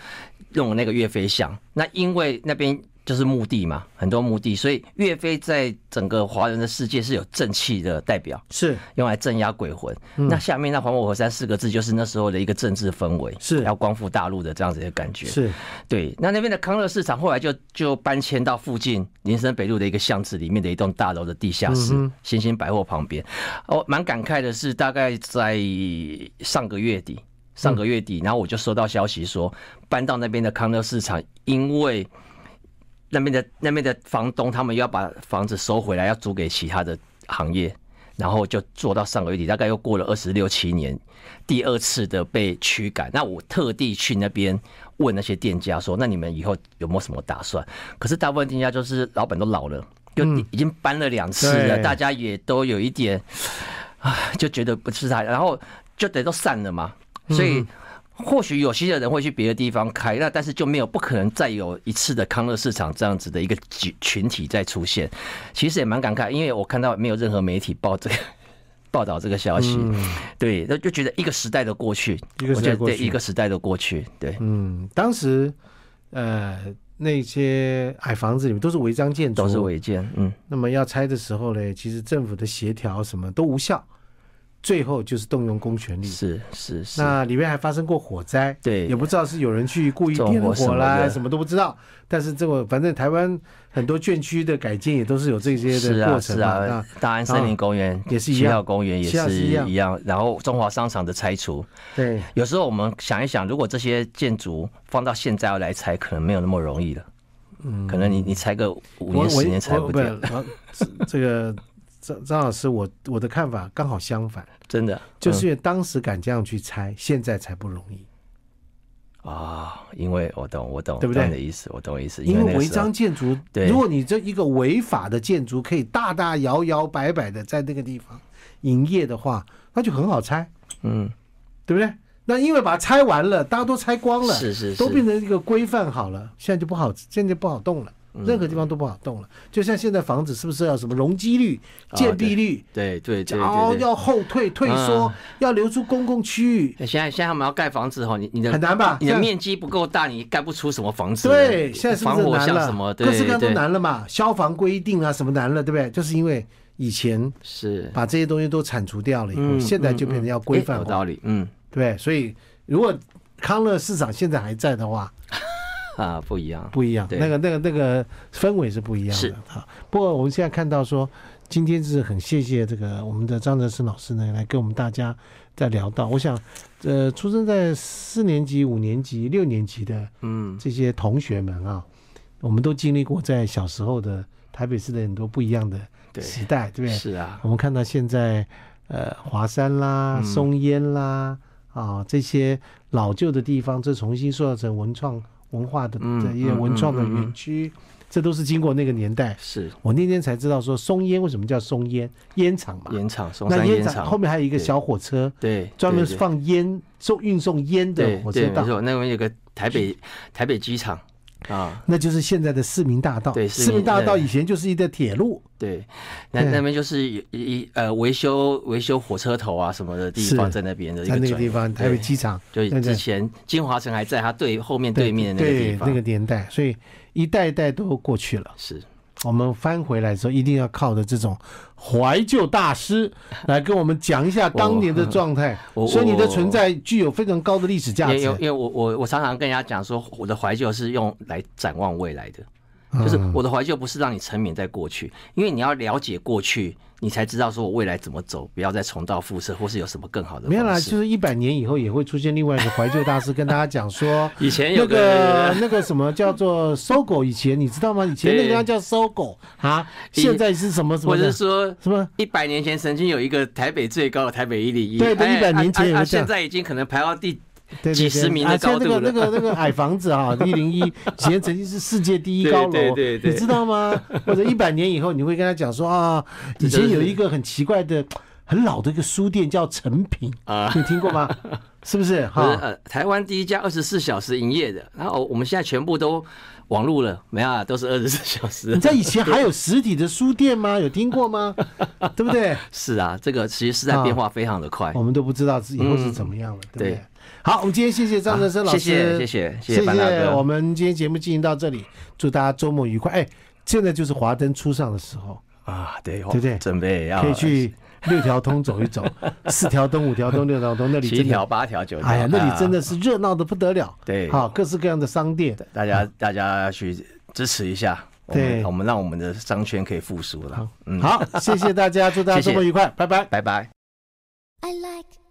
[SPEAKER 2] 弄那个岳飞像。那因为那边就是墓地嘛，很多墓地，所以岳飞在整个华人的世界是有正气的代表，
[SPEAKER 1] 是
[SPEAKER 2] 用来镇压鬼魂。
[SPEAKER 1] 嗯
[SPEAKER 2] 那下面那“还我河山”四个字，就是那时候的一个政治氛围，
[SPEAKER 1] 是
[SPEAKER 2] 要光复大陆的这样子的感觉。
[SPEAKER 1] 是
[SPEAKER 2] 对，那那边的康乐市场后来就就搬迁到附近林森北路的一个巷子里面的一栋大楼的地下室，
[SPEAKER 1] 嗯
[SPEAKER 2] 星星百货旁边。哦，蛮感慨的是，大概在上个月底，上个月底，然后我就收到消息说，搬到那边的康乐市场，因为那边的那边的房东他们要把房子收回来，要租给其他的行业。然后就做到上个月底，大概又过了二十六七年，第二次的被驱赶。那我特地去那边问那些店家说：“那你们以后有没有什么打算？”可是大部分店家就是老板都老了，就已经搬了两次了，
[SPEAKER 1] 对
[SPEAKER 2] 大家也都有一点，啊，就觉得不是他，然后就得都散了嘛。
[SPEAKER 1] 嗯
[SPEAKER 2] 所以或许有些人会去别的地方开，那但是就没有不可能再有一次的康乐市场这样子的一个集群体再出现。其实也蛮感慨，因为我看到没有任何媒体报这个。 报道这个消息，对，那就觉得一个时代的过去，
[SPEAKER 1] 嗯一个时代
[SPEAKER 2] 我觉得
[SPEAKER 1] 过
[SPEAKER 2] 对
[SPEAKER 1] 去
[SPEAKER 2] 一个时代的过去，对，
[SPEAKER 1] 嗯，当时呃那些矮房子里面都是违章建筑，
[SPEAKER 2] 都是违建，嗯，
[SPEAKER 1] 那么要拆的时候呢，其实政府的协调什么都无效，最后就是动用公权力。
[SPEAKER 2] 是是是，
[SPEAKER 1] 那里面还发生过火灾，
[SPEAKER 2] 对
[SPEAKER 1] 也不知道是有人去故意
[SPEAKER 2] 纵
[SPEAKER 1] 点
[SPEAKER 2] 火什
[SPEAKER 1] 火
[SPEAKER 2] 么
[SPEAKER 1] 啦，
[SPEAKER 2] 的
[SPEAKER 1] 什么都不知道。但是这个反正台湾很多眷区的改建也都是有这些
[SPEAKER 2] 是
[SPEAKER 1] 的
[SPEAKER 2] 啊
[SPEAKER 1] 过程
[SPEAKER 2] 是
[SPEAKER 1] 嘛。
[SPEAKER 2] 啊，大安森林公园
[SPEAKER 1] 也是一样
[SPEAKER 2] 七号公园也
[SPEAKER 1] 七号
[SPEAKER 2] 是
[SPEAKER 1] 是一样
[SPEAKER 2] 一样，然后中华商场的拆除，
[SPEAKER 1] 那对，
[SPEAKER 2] 有时候我们想一想，如果这些建筑放到现在要来拆，可能没有那么容易了。嗯，可能你你拆个五
[SPEAKER 1] 我
[SPEAKER 2] 年
[SPEAKER 1] 我
[SPEAKER 2] 十年拆
[SPEAKER 1] 我
[SPEAKER 2] 不掉，
[SPEAKER 1] 不我 这这个张张老师，我我的看法刚好相反，
[SPEAKER 2] 真的
[SPEAKER 1] 就是因为当时敢这样去拆，现在才不容易。
[SPEAKER 2] 啊、因为我懂我懂，
[SPEAKER 1] 对不对
[SPEAKER 2] 我懂你的意思我懂你的意思，
[SPEAKER 1] 因
[SPEAKER 2] 为
[SPEAKER 1] 为
[SPEAKER 2] 那个
[SPEAKER 1] 违
[SPEAKER 2] 时候
[SPEAKER 1] 章建筑，
[SPEAKER 2] 对
[SPEAKER 1] 如果你这一个违法的建筑可以大大摇摇摆摆的在那个地方营业的话，那就很好拆，
[SPEAKER 2] 嗯
[SPEAKER 1] 对不对？那因为把它拆完了，大家都拆光了，
[SPEAKER 2] 是是是
[SPEAKER 1] 都变成一个规范好了，现在就不好，现在就不好动了，
[SPEAKER 2] 嗯
[SPEAKER 1] 任何地方都不好动了。就像现在房子是不是要什么容积率、
[SPEAKER 2] 啊
[SPEAKER 1] 建蔽率，
[SPEAKER 2] 对对对
[SPEAKER 1] 哦
[SPEAKER 2] 对，啊对。
[SPEAKER 1] 要后退退缩，要留出公共区域，
[SPEAKER 2] 哎现在现在他们要盖房子哈，你你的
[SPEAKER 1] 很难吧
[SPEAKER 2] 你的
[SPEAKER 1] 像
[SPEAKER 2] 面积不够大，你盖不出什么房子。
[SPEAKER 1] 对，现在是不
[SPEAKER 2] 防
[SPEAKER 1] 是
[SPEAKER 2] 火
[SPEAKER 1] 难
[SPEAKER 2] 像
[SPEAKER 1] 了？
[SPEAKER 2] 什么？对
[SPEAKER 1] 各式各样都
[SPEAKER 2] 对
[SPEAKER 1] 难了嘛，消防规定啊什么难了，对不对？就是因为以前
[SPEAKER 2] 是
[SPEAKER 1] 把这些东西都铲除掉了以后，嗯
[SPEAKER 2] 嗯
[SPEAKER 1] 现在就变成要规
[SPEAKER 2] 诶
[SPEAKER 1] 范
[SPEAKER 2] 有
[SPEAKER 1] 化，
[SPEAKER 2] 道理，嗯
[SPEAKER 1] 对不对？所以如果康乐市场现在还在的话，
[SPEAKER 2] 啊，不一样，
[SPEAKER 1] 不一样，
[SPEAKER 2] 对
[SPEAKER 1] 那个那个那个氛围是不一样
[SPEAKER 2] 是
[SPEAKER 1] 的啊。不过我们现在看到说，今天是很谢谢这个我们的张哲生老师呢，来跟我们大家在聊到，我想，呃，出生在四年级、五年级、六年级的
[SPEAKER 2] 嗯，
[SPEAKER 1] 这些同学们啊，我们都经历过在小时候的台北市的很多不一样的
[SPEAKER 2] 对，
[SPEAKER 1] 时代，对不对？
[SPEAKER 2] 是啊，
[SPEAKER 1] 我们看到现在，呃，华山啦、
[SPEAKER 2] 嗯
[SPEAKER 1] 松烟啦，啊，这些老旧的地方，这重新塑造成文创文化的
[SPEAKER 2] 嗯
[SPEAKER 1] 这些
[SPEAKER 2] 嗯
[SPEAKER 1] 文创的
[SPEAKER 2] 嗯嗯
[SPEAKER 1] 园区，这都是经过那个年代。
[SPEAKER 2] 是
[SPEAKER 1] 我那天才知道说，松烟为什么叫松烟烟厂嘛？
[SPEAKER 2] 烟厂，松
[SPEAKER 1] 那
[SPEAKER 2] 山烟
[SPEAKER 1] 厂
[SPEAKER 2] 厂
[SPEAKER 1] 后面还有一个
[SPEAKER 2] 对
[SPEAKER 1] 小火车，
[SPEAKER 2] 对，
[SPEAKER 1] 专门
[SPEAKER 2] 对对
[SPEAKER 1] 放烟送运送烟的
[SPEAKER 2] 对
[SPEAKER 1] 火
[SPEAKER 2] 对
[SPEAKER 1] 车
[SPEAKER 2] 没
[SPEAKER 1] 道。
[SPEAKER 2] 错，那边有个台北台北机场啊，
[SPEAKER 1] 那就是现在的市民大道。
[SPEAKER 2] 对市民
[SPEAKER 1] 市民大道
[SPEAKER 2] 对
[SPEAKER 1] 以前就是一个铁路，
[SPEAKER 2] 对，那
[SPEAKER 1] 对
[SPEAKER 2] 那边就是有一呃维修维修火车头啊什么的地方，
[SPEAKER 1] 是
[SPEAKER 2] 在那边的一
[SPEAKER 1] 在那个
[SPEAKER 2] 转
[SPEAKER 1] 地
[SPEAKER 2] 移
[SPEAKER 1] 方，台北机场，
[SPEAKER 2] 对
[SPEAKER 1] 对
[SPEAKER 2] 就
[SPEAKER 1] 不对
[SPEAKER 2] 之前金华城还在它对后面对面的那个
[SPEAKER 1] 对
[SPEAKER 2] 地方，
[SPEAKER 1] 那个年代，所以一代一代都过去了。
[SPEAKER 2] 是
[SPEAKER 1] 我们翻回来的时候，一定要靠着这种怀旧大师来跟我们讲一下当年的状态。
[SPEAKER 2] 我
[SPEAKER 1] 所以你的
[SPEAKER 2] 我
[SPEAKER 1] 存在具有非常高的历史价
[SPEAKER 2] 因为
[SPEAKER 1] 值
[SPEAKER 2] 因为。因为我我我常常跟人家讲说，我的怀旧是用来展望未来的，
[SPEAKER 1] 嗯
[SPEAKER 2] 就是我的怀旧不是让你沉湎在过去，因为你要了解过去，你才知道说我未来怎么走，不要再重蹈覆辙，或是有什么更好的
[SPEAKER 1] 没有啦，
[SPEAKER 2] 方
[SPEAKER 1] 就
[SPEAKER 2] 式。
[SPEAKER 1] 是一百年以后也会出现另外一个怀旧大师跟大家讲说，
[SPEAKER 2] 以前
[SPEAKER 1] 那
[SPEAKER 2] 有
[SPEAKER 1] 个 那个什么叫做搜狗，以前你知道吗？以前那个
[SPEAKER 2] 对
[SPEAKER 1] 地方叫搜狗啊，现在是什么什么
[SPEAKER 2] 或者
[SPEAKER 1] 的
[SPEAKER 2] 是说
[SPEAKER 1] 什么？
[SPEAKER 2] 一百年前曾经有一个台北最高的台北一零一，
[SPEAKER 1] 对对
[SPEAKER 2] 哎
[SPEAKER 1] 100年前有
[SPEAKER 2] 啊啊
[SPEAKER 1] 个
[SPEAKER 2] 啊
[SPEAKER 1] 这样
[SPEAKER 2] 现在已经可能排到第
[SPEAKER 1] 对对对
[SPEAKER 2] 几十名的
[SPEAKER 1] 啊像
[SPEAKER 2] 高度
[SPEAKER 1] 那
[SPEAKER 2] 了
[SPEAKER 1] 个那个那个矮房子 啊，一零一以前曾经是世界第一高楼，
[SPEAKER 2] 对对对对
[SPEAKER 1] 你知道吗？或者一百年以后，你会跟他讲说啊，以前有一个很奇怪的、很老的一个书店叫成品，
[SPEAKER 2] 啊。
[SPEAKER 1] 你听过 吗？是不是？
[SPEAKER 2] 就是
[SPEAKER 1] 哈，
[SPEAKER 2] 呃，台湾第一家二十四小时营业的，然后我们现在全部都网路了，没有啊，都是二十四小时
[SPEAKER 1] 你。 在以前还有实体的书店吗？有听过吗？对不对？
[SPEAKER 2] 是啊，这个其实时代变化非常的快
[SPEAKER 1] 我。们都不知道是以后是怎么样了，对不对
[SPEAKER 2] 对？
[SPEAKER 1] 好，我们今天谢谢张德生老师，
[SPEAKER 2] 嗯谢谢谢谢谢
[SPEAKER 1] 谢
[SPEAKER 2] 谢班大
[SPEAKER 1] 谢
[SPEAKER 2] 哥，
[SPEAKER 1] 我们今天节目进行到这里，祝大家周末愉快。哎，现在就是华灯初上的时候，
[SPEAKER 2] 啊，对对
[SPEAKER 1] 对不对
[SPEAKER 2] 准备要
[SPEAKER 1] 可以去六条通走一 走，四条通、五条通、六条通，那里
[SPEAKER 2] 七
[SPEAKER 1] 真
[SPEAKER 2] 条、
[SPEAKER 1] 的，
[SPEAKER 2] 八条、九条，啊
[SPEAKER 1] 哎呀，那里真
[SPEAKER 2] 的
[SPEAKER 1] 的是热闹的不得了。
[SPEAKER 2] 对
[SPEAKER 1] 好，各式各样的商店，
[SPEAKER 2] 大家大家去支持一下，我们
[SPEAKER 1] 对
[SPEAKER 2] 我们让我们的商圈可以复苏了，嗯，
[SPEAKER 1] 好，谢谢大家，祝大家周末愉快，拜拜。
[SPEAKER 2] 拜拜。
[SPEAKER 3] I like